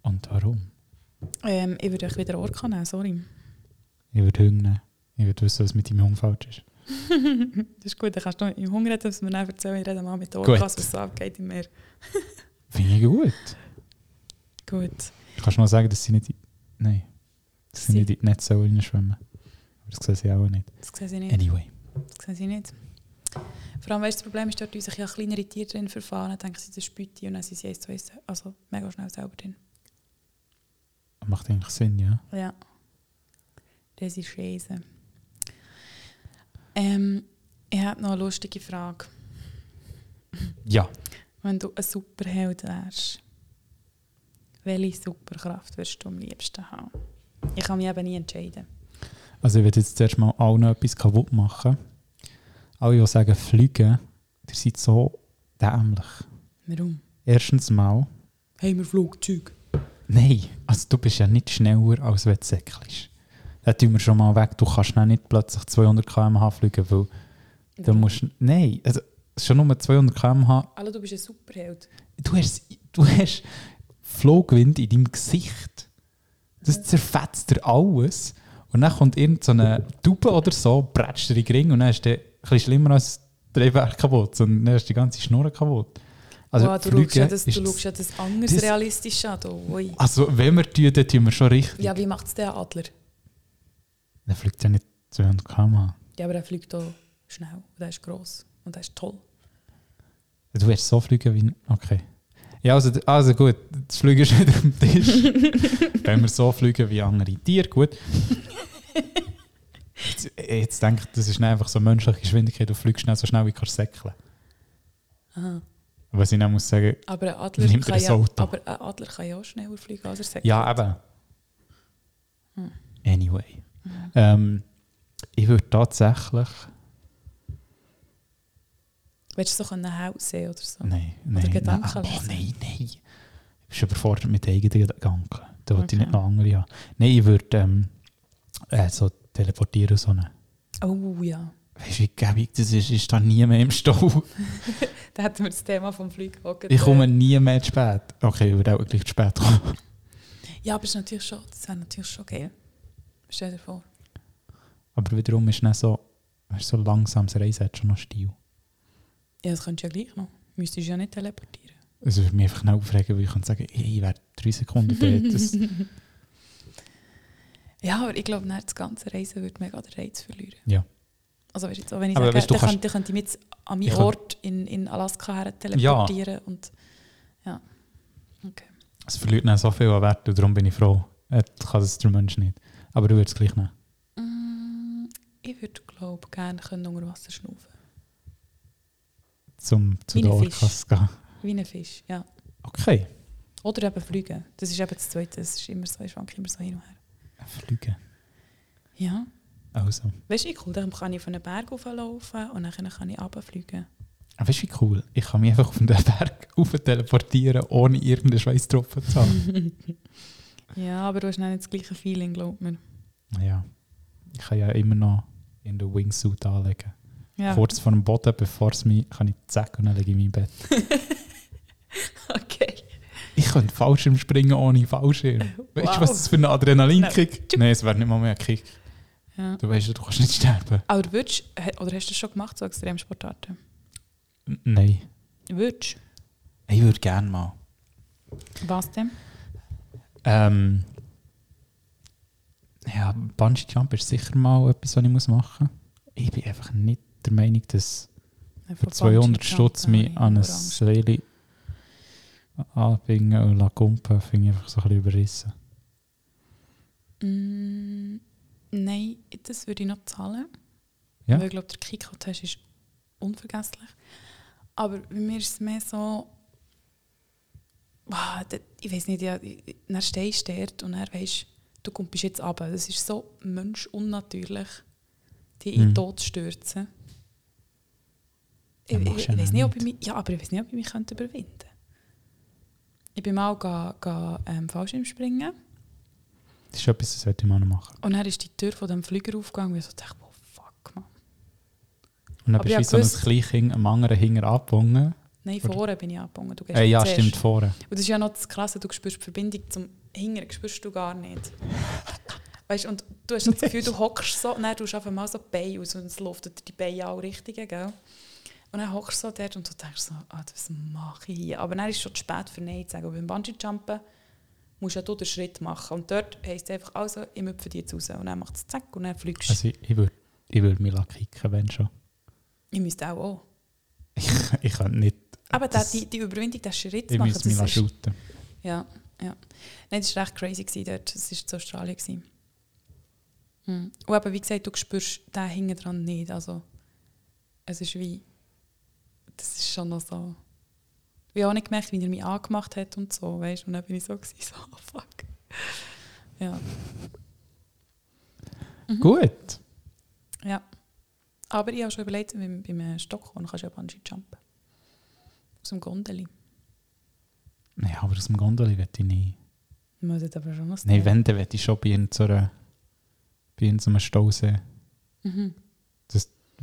[SPEAKER 1] Und warum?
[SPEAKER 2] Ähm, ich würde euch wieder Orkan nehmen, sorry.
[SPEAKER 1] Ich würde hungern. Ich würde wissen, was mit deinem Hund falsch ist.
[SPEAKER 2] Das ist gut, dann kannst du noch im Hunger reden, was wir dann erzählen. Ich rede mal mit Orkan,
[SPEAKER 1] Gut.
[SPEAKER 2] was so abgeht im Meer.
[SPEAKER 1] Finde ich gut.
[SPEAKER 2] Gut.
[SPEAKER 1] Kannst du mal sagen, dass sie nicht... Nein. Dass sie
[SPEAKER 2] Sie-
[SPEAKER 1] nicht in die Netze schwimmen Aber das sehen sie auch nicht.
[SPEAKER 2] Das sehe ich nicht.
[SPEAKER 1] Anyway.
[SPEAKER 2] Das sehen sie nicht. Vor allem, weißt, du, das Problem ist, dort uns ein bisschen kleinere Tiere drin verfahren, dann denken sie, das Spüti und dann sind sie eins zu eins, also mega schnell selber drin.
[SPEAKER 1] Macht eigentlich Sinn, ja.
[SPEAKER 2] Ja. Das ist scheiße. Ähm, ich habe noch eine lustige Frage.
[SPEAKER 1] Ja.
[SPEAKER 2] Wenn du ein Superheld wärst, welche Superkraft würdest du am liebsten haben? Ich kann mich eben nie entscheiden.
[SPEAKER 1] Also ich werde jetzt zuerst mal allen etwas kaputt machen. Alle, die sagen, fliegen, ihr seid so dämlich.
[SPEAKER 2] Warum?
[SPEAKER 1] Erstens mal,
[SPEAKER 2] Haben wir Flugzeug?
[SPEAKER 1] nein, also du bist ja nicht schneller, als wenn du säckelst. Das tun wir schon mal weg. Du kannst dann nicht plötzlich 200 km/h fliegen, weil du musst... Nein, also schon nur 200 km/h
[SPEAKER 2] Alle, du bist ein Superheld.
[SPEAKER 1] du hast, du hast Flohgewinn in deinem Gesicht. Das zerfetzt dir alles. Und dann kommt irgend so eine Taube oder so, bretzt dir in den Ring und dann ist der ein bisschen schlimmer als das Drehwerk kaputt, sondern dann ist die ganze Schnur kaputt. Also,
[SPEAKER 2] Wow, du
[SPEAKER 1] Fliegen
[SPEAKER 2] schaust ja das, du
[SPEAKER 1] ist-
[SPEAKER 2] schaust ja das anders
[SPEAKER 1] das- Ah,
[SPEAKER 2] realistisch an. Du. Ui.
[SPEAKER 1] also wenn wir tun, dann tun wir schon richtig.
[SPEAKER 2] Ja, wie macht es der Adler?
[SPEAKER 1] Dann fliegt ja nicht 200 km.
[SPEAKER 2] Ja, aber er fliegt auch schnell und er ist gross und er ist toll.
[SPEAKER 1] Du wirst so fliegen wie... Okay. Ja, also, also gut, das Fliegen ist wieder am Tisch. Wenn wir so fliegen wie andere Tiere, gut. Jetzt, jetzt denke ich, das ist nicht einfach so menschliche Geschwindigkeit. Du fliegst schnell so schnell wie du kannst säckeln.
[SPEAKER 2] Aha.
[SPEAKER 1] Was ich dann muss sagen...
[SPEAKER 2] Aber ein Adler,
[SPEAKER 1] Nimmt er
[SPEAKER 2] kann
[SPEAKER 1] ein
[SPEAKER 2] ja,
[SPEAKER 1] Auto?
[SPEAKER 2] aber ein Adler kann ja auch schneller fliegen als er sagt.
[SPEAKER 1] Ja, eben. Anyway.
[SPEAKER 2] Mhm.
[SPEAKER 1] Ähm, ich würde tatsächlich...
[SPEAKER 2] Willst du so einen Haus sehen oder so?
[SPEAKER 1] Nein, nein, nein.
[SPEAKER 2] Gedanken
[SPEAKER 1] Ah, boah,
[SPEAKER 2] lesen.
[SPEAKER 1] nein, nein. Du bist überfordert mit den eigenen Gedanken. Da wollte ich
[SPEAKER 2] Okay.
[SPEAKER 1] nicht noch andere haben. Nein, ich würde ähm, äh, so teleportieren. So eine.
[SPEAKER 2] Oh ja,
[SPEAKER 1] Weißt du, wie gäbig das ist? Ich stehe nie mehr im Stau.
[SPEAKER 2] da hätten wir das Thema vom Fliegen auch gerade,
[SPEAKER 1] Ich komme nie mehr zu spät. Okay, ich würde auch gleich zu spät kommen.
[SPEAKER 2] äh, Ja, aber es ist natürlich schon, das wäre natürlich schon geil. Stell dir vor.
[SPEAKER 1] Aber wiederum ist dann so, weißt, so langsames Reisen hat schon noch Stil.
[SPEAKER 2] Ja, das könntest du ja gleich noch. Müsstest du ja nicht teleportieren.
[SPEAKER 1] Es würde mich einfach nicht aufregen, weil ich könnte sagen, hey, ich wäre drei Sekunden dort. Das,
[SPEAKER 2] Ja, aber ich glaube, nach das ganze Reisen würde mega den Reiz verlieren.
[SPEAKER 1] Ja.
[SPEAKER 2] Also weißt du, jetzt auch wenn ich
[SPEAKER 1] Aber
[SPEAKER 2] sage,
[SPEAKER 1] weißt du,
[SPEAKER 2] dann
[SPEAKER 1] kannst-
[SPEAKER 2] könnte, könnte ich mich jetzt an
[SPEAKER 1] Ich
[SPEAKER 2] meinen
[SPEAKER 1] kann-
[SPEAKER 2] Ort in, in Alaska her teleportieren und ja. Okay.
[SPEAKER 1] es verliert dann so viel an Wert und darum bin ich froh. Äh, Ich kann das der Mensch nicht. Aber du würdest es gleich nehmen.
[SPEAKER 2] Mm, ich würde glaube gerne können unter Wasser schnaufen.
[SPEAKER 1] zum, zu
[SPEAKER 2] Wie
[SPEAKER 1] den
[SPEAKER 2] ein
[SPEAKER 1] Orcas gehen.
[SPEAKER 2] Wie ein Fisch, ja.
[SPEAKER 1] Okay.
[SPEAKER 2] Oder eben fliegen. Das ist eben das Zweite. Das ist immer so, ich schwanke immer so hin und her.
[SPEAKER 1] Fliegen.
[SPEAKER 2] Ja.
[SPEAKER 1] Also.
[SPEAKER 2] Weißt du, ich cool, dann kann ich auf einen Berg hochlaufen und dann kann ich runterfliegen.
[SPEAKER 1] Aber Weißt du, wie cool? Ich kann mich einfach auf den Berg rauf teleportieren, ohne irgendeinen Schweißtropfen zu haben.
[SPEAKER 2] Ja, aber du hast dann nicht das gleiche Feeling, glaub mir.
[SPEAKER 1] ja. Ich kann ja immer noch in den Wingsuit anlegen.
[SPEAKER 2] Ja.
[SPEAKER 1] Kurz vor dem Boden, bevor es mich, kann ich zack und dann lege ich mich im Bett.
[SPEAKER 2] Okay.
[SPEAKER 1] Ich könnte Fallschirm springen ohne Fallschirm. Weißt du,
[SPEAKER 2] Wow.
[SPEAKER 1] was das für ein Adrenalinkick? Nein, es wäre nicht mal mehr ein Kick.
[SPEAKER 2] Ja.
[SPEAKER 1] Du weißt, ja, du kannst nicht sterben.
[SPEAKER 2] Aber würdest hä- oder hast du das schon gemacht, so Extremsportarten?
[SPEAKER 1] N- Nein.
[SPEAKER 2] Würdest
[SPEAKER 1] Ich würde gerne mal.
[SPEAKER 2] Was denn?
[SPEAKER 1] Ähm, ja, Bungee Jump ist sicher mal etwas, was ich muss machen muss. Ich bin einfach nicht der Meinung, dass für 200 Stutz mich an ein Leili anbingen und lassen kumpen, finde ich einfach so ein bisschen überrissen.
[SPEAKER 2] Mm, nein, das würde ich noch zahlen.
[SPEAKER 1] Ja.
[SPEAKER 2] Weil ich glaube, der Kick, den du hast, ist unvergesslich. Aber bei mir ist es mehr so. Ah, da- ich weiß nicht, ja, ich- ich- dann stehst du dort und er weisst, du kommst jetzt runter. Das ist so mensch-unnatürlich, die in
[SPEAKER 1] Mhm.
[SPEAKER 2] den Tod zu stürzen. Ich,
[SPEAKER 1] Ja,
[SPEAKER 2] ich,
[SPEAKER 1] machst
[SPEAKER 2] ich,
[SPEAKER 1] ja
[SPEAKER 2] weiss
[SPEAKER 1] noch
[SPEAKER 2] nicht, ob ich mich, ja, aber ich weiß nicht, ob ich mich könnte überwinden könnte. Ich bin mal ga, ga, ähm, Fallschirmspringen.
[SPEAKER 1] Das ist etwas, das sollte ich mal noch machen.
[SPEAKER 2] Und dann ist die Tür von dem Flüger aufgegangen und ich so dachte, oh fuck, Mann.
[SPEAKER 1] Und dann
[SPEAKER 2] Aber
[SPEAKER 1] bist
[SPEAKER 2] ich
[SPEAKER 1] du wie so ein
[SPEAKER 2] hab gewusst-
[SPEAKER 1] Kleinkind am anderen hinger abgehangen.
[SPEAKER 2] Nein,
[SPEAKER 1] Oder-
[SPEAKER 2] vorne bin ich abgegangen. Du gehst
[SPEAKER 1] Äh, ja,
[SPEAKER 2] zuerst.
[SPEAKER 1] stimmt, vorne.
[SPEAKER 2] Und das ist ja noch das Krasse, du spürst die Verbindung zum Hingern, spürst du gar nicht. Weißt, und du hast so das Gefühl, du hockst so, und dann tust du einfach mal so die Beine aus und es luftet dir die Beine auch richtig, gell? Und dann hockst du so dort und du denkst so, ah, was mache ich hier? Aber dann ist es schon zu spät für Nein zu sagen. Und beim Bungee-Jumpen musst ja du den Schritt machen. Und dort heisst es einfach, also, ich müpfe die jetzt raus. Und dann macht es zack und dann fliegst du.
[SPEAKER 1] Also ich, ich würde ich würd mich lassen kicken, wenn schon.
[SPEAKER 2] ich müsste auch oh. auch.
[SPEAKER 1] Ich kann nicht,
[SPEAKER 2] Aber da,
[SPEAKER 1] Das-
[SPEAKER 2] die, die Überwindung, den Schritt zu
[SPEAKER 1] ich
[SPEAKER 2] machen,
[SPEAKER 1] müsste mich
[SPEAKER 2] das ist,
[SPEAKER 1] shooten.
[SPEAKER 2] ja, ja. Nein, das war recht crazy gewesen dort. Das war in Australien. Gewesen. Hm. Und eben, wie gesagt, du spürst den hinten dran nicht. Also, es ist wie, das ist schon noch so. Ich habe auch nicht gemerkt, wie er mich angemacht hat und so, weißt Und dann bin ich so, gewesen, so oh, fuck. Ja,
[SPEAKER 1] Gut.
[SPEAKER 2] ja. Aber ich habe schon überlegt, beim, beim äh, Stockholm kannst du ja Bungee jumpen. Aus dem Gondeli.
[SPEAKER 1] Nein, aber aus dem Gondoli will ich nicht.
[SPEAKER 2] Man muss aber schon was
[SPEAKER 1] Nein, wenn, dann will ich schon bei irgendeiner- bei irgendeinem Stausee.
[SPEAKER 2] Mhm.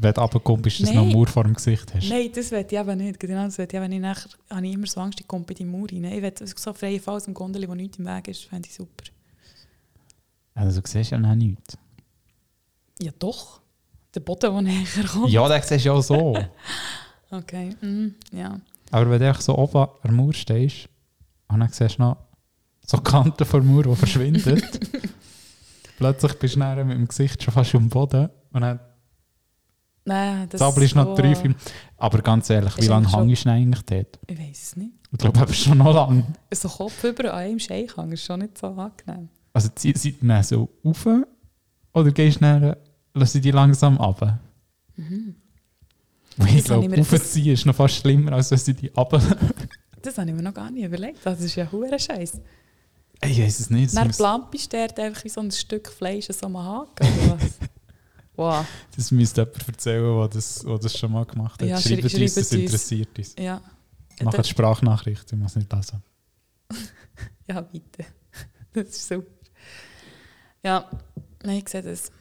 [SPEAKER 1] Wenn du runterkommst, ist das
[SPEAKER 2] Nein.
[SPEAKER 1] noch ein Mauer vor dem Gesicht hast.
[SPEAKER 2] Nein, das will ich eben nicht. Genau das will ich eben nicht. Nachher habe ich immer so Angst, ich komme bei die Mauer rein. Ich will so freie Fall aus dem Gondel, wo nichts im Weg ist, fände ich super.
[SPEAKER 1] Also du siehst ja noch nichts.
[SPEAKER 2] Ja doch. Der Boden, der näher kommt.
[SPEAKER 1] Ja, das siehst du ja auch so.
[SPEAKER 2] Okay. Mhm. Ja.
[SPEAKER 1] aber wenn du echt so oben an der Mauer stehst, und dann siehst du noch so Kanten von der Mauer, die verschwindet. Plötzlich bist du dann mit dem Gesicht schon fast am Boden. Und dann
[SPEAKER 2] Nein, das
[SPEAKER 1] Zabel ist noch
[SPEAKER 2] oh,
[SPEAKER 1] drei, vier... Aber ganz ehrlich,
[SPEAKER 2] Ist
[SPEAKER 1] wie lange
[SPEAKER 2] eigentlich schon-
[SPEAKER 1] hängst du denn eigentlich dort?
[SPEAKER 2] Ich weiß es nicht.
[SPEAKER 1] Ich glaube, eben schon noch lang.
[SPEAKER 2] So Kopf über an einem Schein ist schon nicht so angenehm.
[SPEAKER 1] Also zieht sie die dann so rauf oder gehst du dann, lass sie die langsam runter?
[SPEAKER 2] Mhm.
[SPEAKER 1] Weil ich
[SPEAKER 2] Das habe ich
[SPEAKER 1] glaube,
[SPEAKER 2] mir-
[SPEAKER 1] raufziehen ist noch fast schlimmer, als wenn sie die runter...
[SPEAKER 2] Das habe ich mir noch gar nicht überlegt. Das ist ja hure Scheiß.
[SPEAKER 1] ich weiß es nicht. Das
[SPEAKER 2] Dann
[SPEAKER 1] müssen,
[SPEAKER 2] plampest du dort einfach wie so ein Stück Fleisch an so einem Haken oder was? wow.
[SPEAKER 1] das müsste jemand erzählen, der das, der das schon mal gemacht hat.
[SPEAKER 2] Ja,
[SPEAKER 1] schreibt
[SPEAKER 2] schri-
[SPEAKER 1] uns,
[SPEAKER 2] schreibt
[SPEAKER 1] das
[SPEAKER 2] uns. Äh,
[SPEAKER 1] interessiert uns.
[SPEAKER 2] Ja.
[SPEAKER 1] Macht Sprachnachrichten, ich muss nicht lesen.
[SPEAKER 2] Ja, bitte. Das ist super. Ja, nein, ich sehe das.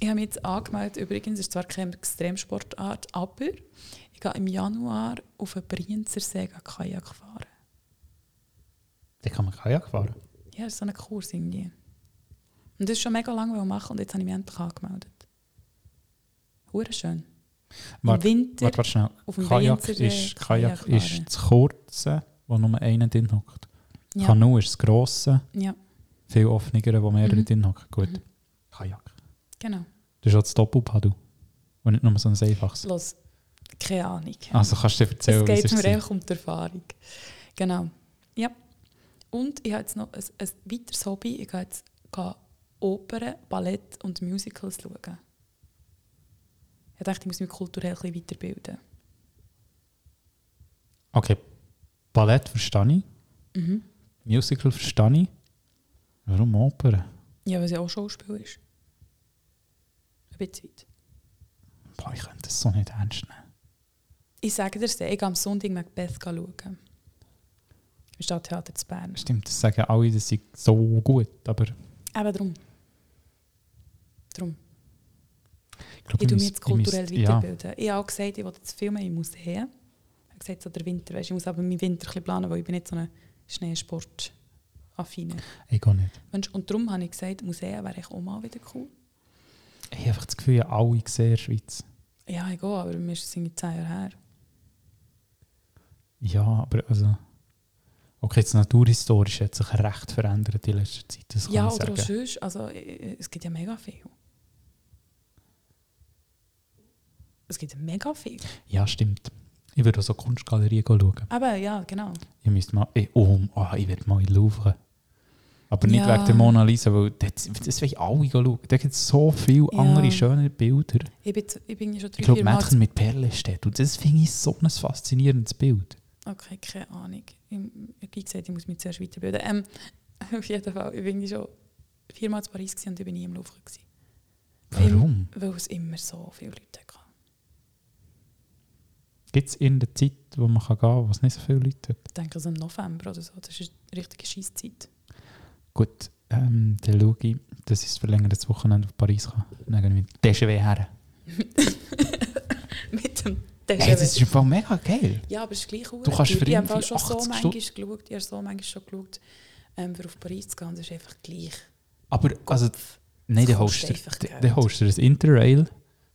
[SPEAKER 2] Ich habe mich jetzt angemeldet, übrigens, ist zwar keine Extremsportart, aber ich gehe im Januar auf den Brienzer See gehen Kajak fahren.
[SPEAKER 1] Da kann man Kajak fahren.
[SPEAKER 2] Ja, das ist so ein Kurs irgendwie. Und das ist schon mega lange machen und jetzt habe ich mich endlich angemeldet. Hure schön. Im
[SPEAKER 1] Warte,
[SPEAKER 2] Winter
[SPEAKER 1] warte, warte schnell.
[SPEAKER 2] auf dem
[SPEAKER 1] Kajak
[SPEAKER 2] Brienzersee
[SPEAKER 1] ist, Kajak
[SPEAKER 2] Kajak
[SPEAKER 1] ist
[SPEAKER 2] fahren.
[SPEAKER 1] das kurze, wo nur einer drin hockt.
[SPEAKER 2] Ja.
[SPEAKER 1] Kanu ist das grosse,
[SPEAKER 2] Ja,
[SPEAKER 1] viel offener, wo mehrere
[SPEAKER 2] Mhm.
[SPEAKER 1] drin hocken. Gut.
[SPEAKER 2] Mhm.
[SPEAKER 1] Kajak.
[SPEAKER 2] genau.
[SPEAKER 1] Das ist auch das Doppelpadel. Und nicht nur so ein einfaches.
[SPEAKER 2] Los, keine Ahnung.
[SPEAKER 1] Also kannst du dir erzählen,
[SPEAKER 2] es
[SPEAKER 1] wie es
[SPEAKER 2] geht mir
[SPEAKER 1] ist.
[SPEAKER 2] einfach um die Erfahrung. Genau. Ja. Und ich habe jetzt noch ein, ein weiteres Hobby. Ich gehe jetzt gehe Opern, Ballett und Musicals schauen. Ich dachte, ich muss mich kulturell ein bisschen weiterbilden.
[SPEAKER 1] Okay, Ballett verstehe ich,
[SPEAKER 2] Mhm.
[SPEAKER 1] Musical verstehe ich. Warum Oper?
[SPEAKER 2] Ja, weil es ja auch Schauspiel ist. Ein bisschen weit.
[SPEAKER 1] Boah, ich könnte das so nicht ernst nehmen.
[SPEAKER 2] Ich sage dir, sehr, ich gehe am Sonntag Macbeth schauen. Im Stadttheater zu Bern.
[SPEAKER 1] Stimmt, das sagen alle, das sei so gut, aber
[SPEAKER 2] Eben drum. Drum.
[SPEAKER 1] glaub,
[SPEAKER 2] Ich tu
[SPEAKER 1] müsst-
[SPEAKER 2] mich jetzt kulturell
[SPEAKER 1] müsst-
[SPEAKER 2] weiterbilden. Ich habe auch gesagt, ich will jetzt viel mehr in Museen. Ich habe gesagt, so der Winter, weißt, ich muss aber meinen Winter ein bisschen planen, weil ich bin nicht so ein Schneesport-affiner
[SPEAKER 1] Ja, ich gehe nicht.
[SPEAKER 2] Mensch, Und darum habe ich gesagt, Museen wäre ich auch mal wieder cool.
[SPEAKER 1] Ich habe einfach das Gefühl, ich habe alle gesehen in der Schweiz.
[SPEAKER 2] Ja, ich gehe, aber mir ist es irgendwie zehn Jahre her.
[SPEAKER 1] Ja, aber also... Okay, das Naturhistorische hat sich recht verändert in letzter Zeit, das kann
[SPEAKER 2] ja,
[SPEAKER 1] ich
[SPEAKER 2] oder
[SPEAKER 1] sagen.
[SPEAKER 2] auch sonst. Also, äh, es gibt ja mega viel. Es gibt ja mega viel.
[SPEAKER 1] Ja, stimmt. Ich würde auch so Kunstgalerien schauen.
[SPEAKER 2] Aber Ah, ja, genau.
[SPEAKER 1] Ich müsste mal... Ich, oh, oh, ich würde mal in die Louvre. Aber nicht
[SPEAKER 2] Ja.
[SPEAKER 1] wegen der Mona Lisa, weil das, das will alle schauen. Da gibt es so viele
[SPEAKER 2] Ja.
[SPEAKER 1] andere schöne Bilder.
[SPEAKER 2] Ich bin, ich bin ja schon drei,
[SPEAKER 1] Ich glaube,
[SPEAKER 2] vier Mal...
[SPEAKER 1] Mädchen mit Perlen steht. Und das finde ich so ein faszinierendes Bild.
[SPEAKER 2] Okay, keine Ahnung. Ich, ich wie gesagt, ich muss mich zuerst weiterbilden. Ähm, auf jeden Fall, ich bin irgendwie schon viermal in Paris gewesen und ich bin nie im Louvre. Gewesen,
[SPEAKER 1] Warum?
[SPEAKER 2] weil es immer so viele Leute gab.
[SPEAKER 1] Gibt es irgendeine Zeit, wo man kann gehen kann, wo es nicht so viele Leute hat?
[SPEAKER 2] Ich denke, so im November oder so, das ist eine richtige Scheisszeit.
[SPEAKER 1] Gut, ähm, dann schaue ich, dass ich das verlängertes Wochenende auf Paris kann. Dann gehen wir mit DGW her.
[SPEAKER 2] Mit dem
[SPEAKER 1] Hey, das
[SPEAKER 2] Déjà-vu.
[SPEAKER 1] ist im Fall mega geil.
[SPEAKER 2] Ja, aber es ist gleich Du
[SPEAKER 1] kannst für
[SPEAKER 2] Ich habe
[SPEAKER 1] irgendwie
[SPEAKER 2] auch schon so
[SPEAKER 1] 80
[SPEAKER 2] manchmal
[SPEAKER 1] Stunden-
[SPEAKER 2] geschaut, ich habe so manchmal schon geschaut, ähm, für auf Paris zu gehen, das ist einfach gleich.
[SPEAKER 1] Aber, also, nein, dann holst, du,
[SPEAKER 2] kostet einfach
[SPEAKER 1] dir-
[SPEAKER 2] Geld.
[SPEAKER 1] dann holst du dir ein Interrail,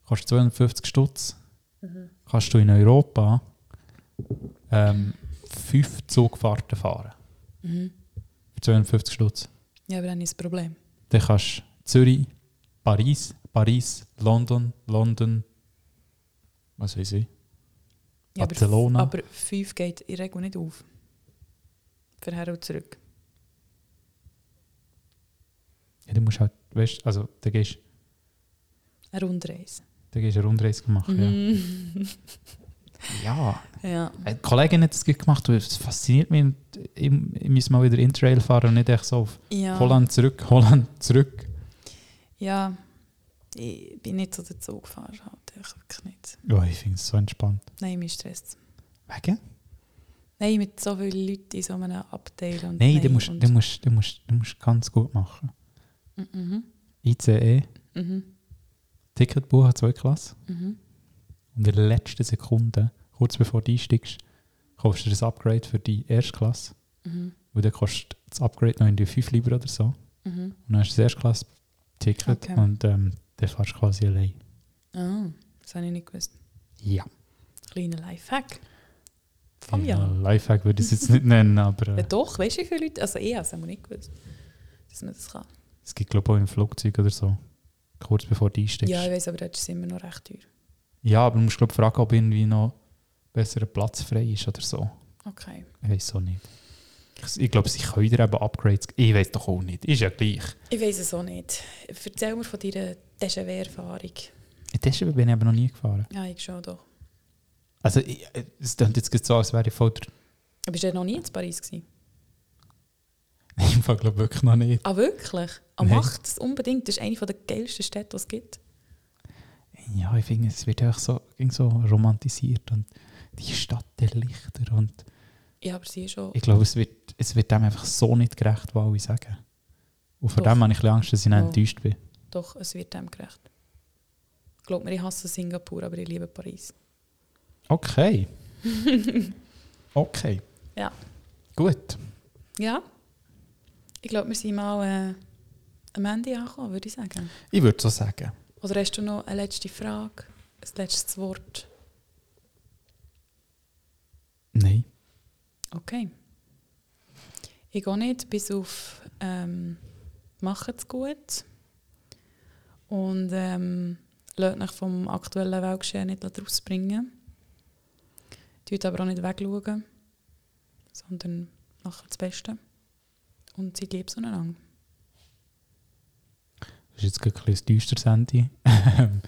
[SPEAKER 1] kostet 250 Stutz.
[SPEAKER 2] Mhm.
[SPEAKER 1] Kannst du in Europa ähm, fünf Zugfahrten fahren.
[SPEAKER 2] Mhm.
[SPEAKER 1] Für 250 Stutz.
[SPEAKER 2] Ja, aber dann ist das Problem.
[SPEAKER 1] Dann kannst du Zürich, Paris, Paris, London, London. Was weiß ich?
[SPEAKER 2] Ja, aber-
[SPEAKER 1] Barcelona.
[SPEAKER 2] Aber 5 geht in der Regel nicht auf. Für her und zurück.
[SPEAKER 1] Ja, du musst halt, weißt also da gehst
[SPEAKER 2] Eine Rundreise.
[SPEAKER 1] da gehst du eine Rundreise machen.
[SPEAKER 2] Mhm.
[SPEAKER 1] Ja.
[SPEAKER 2] ja.
[SPEAKER 1] ja. Eine Kollegin Äh, hat es gemacht, weil es fasziniert mich. und Ich, ich muss mal wieder Interrail fahren und nicht echt so auf
[SPEAKER 2] ja.
[SPEAKER 1] Holland zurück, Holland zurück.
[SPEAKER 2] Ja. Ich bin nicht so der Zugfahrer. Halt. Ich wirklich nicht.
[SPEAKER 1] Ja, ich finde es so entspannt.
[SPEAKER 2] Nein, mich stresst
[SPEAKER 1] Wegen?
[SPEAKER 2] Nein, mit so vielen Leuten in so einem Abteil. Und
[SPEAKER 1] Nein, du musst,
[SPEAKER 2] und-
[SPEAKER 1] du, musst, du, musst, du musst ganz gut machen.
[SPEAKER 2] Mhm.
[SPEAKER 1] ICE,
[SPEAKER 2] Mhm.
[SPEAKER 1] Ticket buchen, zwei Klasse.
[SPEAKER 2] Mhm.
[SPEAKER 1] Und in der letzten Sekunde, kurz bevor du einsteigst, kaufst du das Upgrade für die Erstklasse.
[SPEAKER 2] Mhm.
[SPEAKER 1] Und dann kostet das Upgrade noch irgendwie 5 Lieber oder so.
[SPEAKER 2] Mhm.
[SPEAKER 1] Und dann hast du das Erstklasse-Ticket
[SPEAKER 2] Okay.
[SPEAKER 1] und ähm, dann fährst du quasi allein.
[SPEAKER 2] Ah, das habe ich nicht gewusst.
[SPEAKER 1] Ja.
[SPEAKER 2] Kleiner Lifehack. Vom Jan.
[SPEAKER 1] Lifehack würde ich es jetzt nicht nennen, aber
[SPEAKER 2] Ja.
[SPEAKER 1] äh,
[SPEAKER 2] Doch, weißt du, wie viele Leute? Also, ich habe es nicht gewusst, dass man das kann.
[SPEAKER 1] es gibt glaube ich auch im Flugzeug oder so. Kurz bevor du einsteigst.
[SPEAKER 2] Ja,
[SPEAKER 1] Ja,
[SPEAKER 2] ich weiß, aber das ist immer noch recht teuer.
[SPEAKER 1] aber du musst glaube ich fragen, ob irgendwie noch besserer Platz frei ist oder so.
[SPEAKER 2] Okay.
[SPEAKER 1] Ich weiß auch nicht. Ich, ich glaube, sie können dir eben Upgrades... Ich weiß doch auch nicht. Ist ja gleich.
[SPEAKER 2] Ich weiß es auch nicht. Erzähl mir von deiner Déjà-vu-Erfahrung.
[SPEAKER 1] In Tesla bin ich eben noch nie gefahren.
[SPEAKER 2] Ja, ich schon doch.
[SPEAKER 1] Also, ich- äh, es klingt jetzt gerade so, als wäre ich voll der.
[SPEAKER 2] Aber Bist du noch nie in Paris gewesen?
[SPEAKER 1] Ich glaube wirklich noch nicht.
[SPEAKER 2] Ah, wirklich? Ah,
[SPEAKER 1] Nein.
[SPEAKER 2] macht es unbedingt. Das ist eine der geilsten Städte, die es gibt.
[SPEAKER 1] Ja, ich finde, es wird einfach so, ging so romantisiert und die Stadt der Lichter. Und
[SPEAKER 2] Ja, aber sie ist schon.
[SPEAKER 1] ich glaube, es wird, es wird dem einfach so nicht gerecht, was alle sagen. Und vor
[SPEAKER 2] Doch.
[SPEAKER 1] dem habe ich ein bisschen Angst, dass ich dann
[SPEAKER 2] Ja.
[SPEAKER 1] enttäuscht bin.
[SPEAKER 2] Doch, es wird dem gerecht. Glaub mir, ich hasse Singapur, aber ich liebe Paris.
[SPEAKER 1] Okay. okay.
[SPEAKER 2] Ja.
[SPEAKER 1] Gut.
[SPEAKER 2] Ja? Ich glaube, wir sind mal äh, am Ende angekommen, würde ich sagen.
[SPEAKER 1] Ich würde so sagen.
[SPEAKER 2] Oder hast du noch eine letzte Frage? Ein letztes Wort?
[SPEAKER 1] Nein.
[SPEAKER 2] Okay. Ich gehe nicht, bis auf ähm, «Macht's gut» und ähm, «Lasst euch vom aktuellen Weltgeschehen nicht rausbringen». Tut aber auch nicht wegschauen, sondern macht das Beste. Und seid lieb zueinander.
[SPEAKER 1] Das ist jetzt gerade ein bisschen ein düsteres Ende.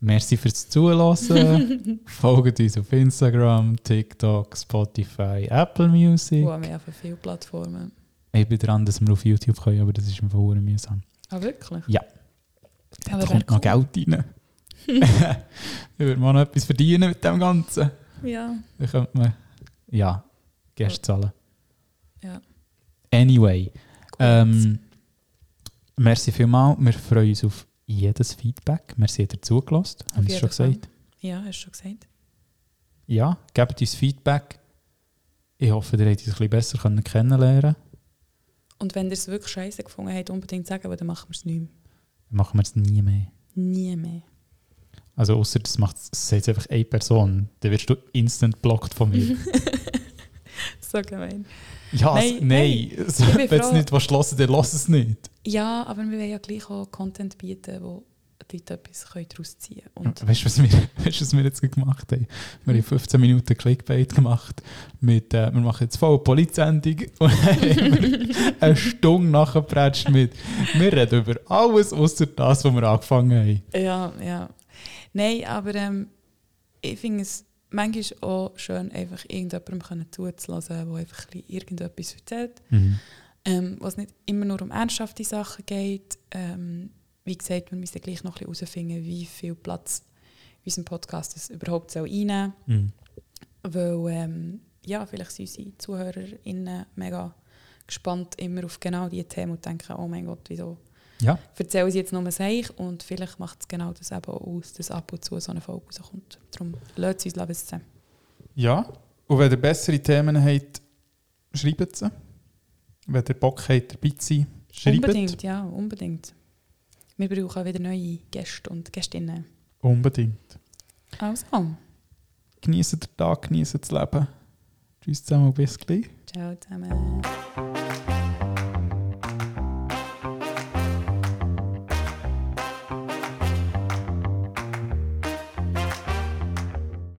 [SPEAKER 1] Merci fürs Zuhören. Folgt uns auf Instagram, TikTok, Spotify, Apple Music.
[SPEAKER 2] Wo haben wir ja von vielen Plattformen.
[SPEAKER 1] Ich bin dran, dass wir auf YouTube können, aber das ist mir verloren mühsam.
[SPEAKER 2] Ah, wirklich?
[SPEAKER 1] Ja.
[SPEAKER 2] Aber
[SPEAKER 1] Da kommt noch
[SPEAKER 2] wär
[SPEAKER 1] Geld rein. ich würde mal noch etwas verdienen mit dem Ganzen.
[SPEAKER 2] cool. Ja.
[SPEAKER 1] Dann könnte man, ja, Gäste zahlen.
[SPEAKER 2] Ja.
[SPEAKER 1] Anyway.
[SPEAKER 2] Gut.
[SPEAKER 1] Ähm, merci vielmals. Wir freuen uns auf jedes Feedback. Wir sind dazu gelost, haben wir es schon
[SPEAKER 2] Fall.
[SPEAKER 1] gesagt.
[SPEAKER 2] Ja, hast du schon gesagt.
[SPEAKER 1] Ja, gebt uns Feedback. Ich hoffe, ihr hättet uns ein bisschen besser können kennenlernen
[SPEAKER 2] Und wenn ihr es wirklich scheiße gefunden habt, unbedingt sagen, aber dann machen wir es nicht mehr.
[SPEAKER 1] Dann machen wir es nie mehr.
[SPEAKER 2] Nie mehr.
[SPEAKER 1] Also außer das macht es jetzt einfach eine Person, dann wirst du instant blockt von mir.
[SPEAKER 2] So gemein.
[SPEAKER 1] ja,
[SPEAKER 2] Nein,
[SPEAKER 1] nein, nein. So,
[SPEAKER 2] Ich bin
[SPEAKER 1] wenn es
[SPEAKER 2] froh.
[SPEAKER 1] nicht was hören, dann lass es nicht.
[SPEAKER 2] Ja, aber wir wollen ja gleich auch Content bieten, wo die Leute etwas können daraus ziehen können. Und
[SPEAKER 1] Weißt du, was wir, weißt, du, was wir jetzt gemacht haben? Wir haben 15 Minuten Clickbait gemacht mit äh, «Wir machen jetzt voll Polizendung» und haben eine Stunde nachgepratscht mit «Wir reden über alles, außer das, was wir angefangen haben».
[SPEAKER 2] Ja, ja. Nein, aber ähm, ich finde es manchmal auch schön, einfach irgendjemandem können zuzulassen, der einfach ein bisschen irgendetwas erzählt. Ähm, was nicht immer nur um ernsthafte Sachen geht. Ähm, wie gesagt, wir müssen gleich noch ein bisschen herausfinden, wie viel Platz unserem Podcast es überhaupt soll einnehmen
[SPEAKER 1] Mhm.
[SPEAKER 2] soll. Weil ähm, ja, vielleicht sind unsere ZuhörerInnen mega gespannt immer auf genau diese Themen und denken, oh mein Gott, wieso
[SPEAKER 1] Ja.
[SPEAKER 2] erzählen sie jetzt nur seich und vielleicht macht es genau das eben auch aus, dass ab und zu so eine Folge rauskommt. Darum lasst uns wissen.
[SPEAKER 1] Ja, und wenn ihr bessere Themen habt, schreibt sie. Wenn ihr Bock habt, dabei zu sein, schreibt.
[SPEAKER 2] Unbedingt, ja, unbedingt. Wir brauchen wieder neue Gäste und Gästinnen.
[SPEAKER 1] Unbedingt.
[SPEAKER 2] Also,
[SPEAKER 1] Genießt den Tag, genießt das Leben. Tschüss zusammen und bis gleich.
[SPEAKER 2] ciao zusammen.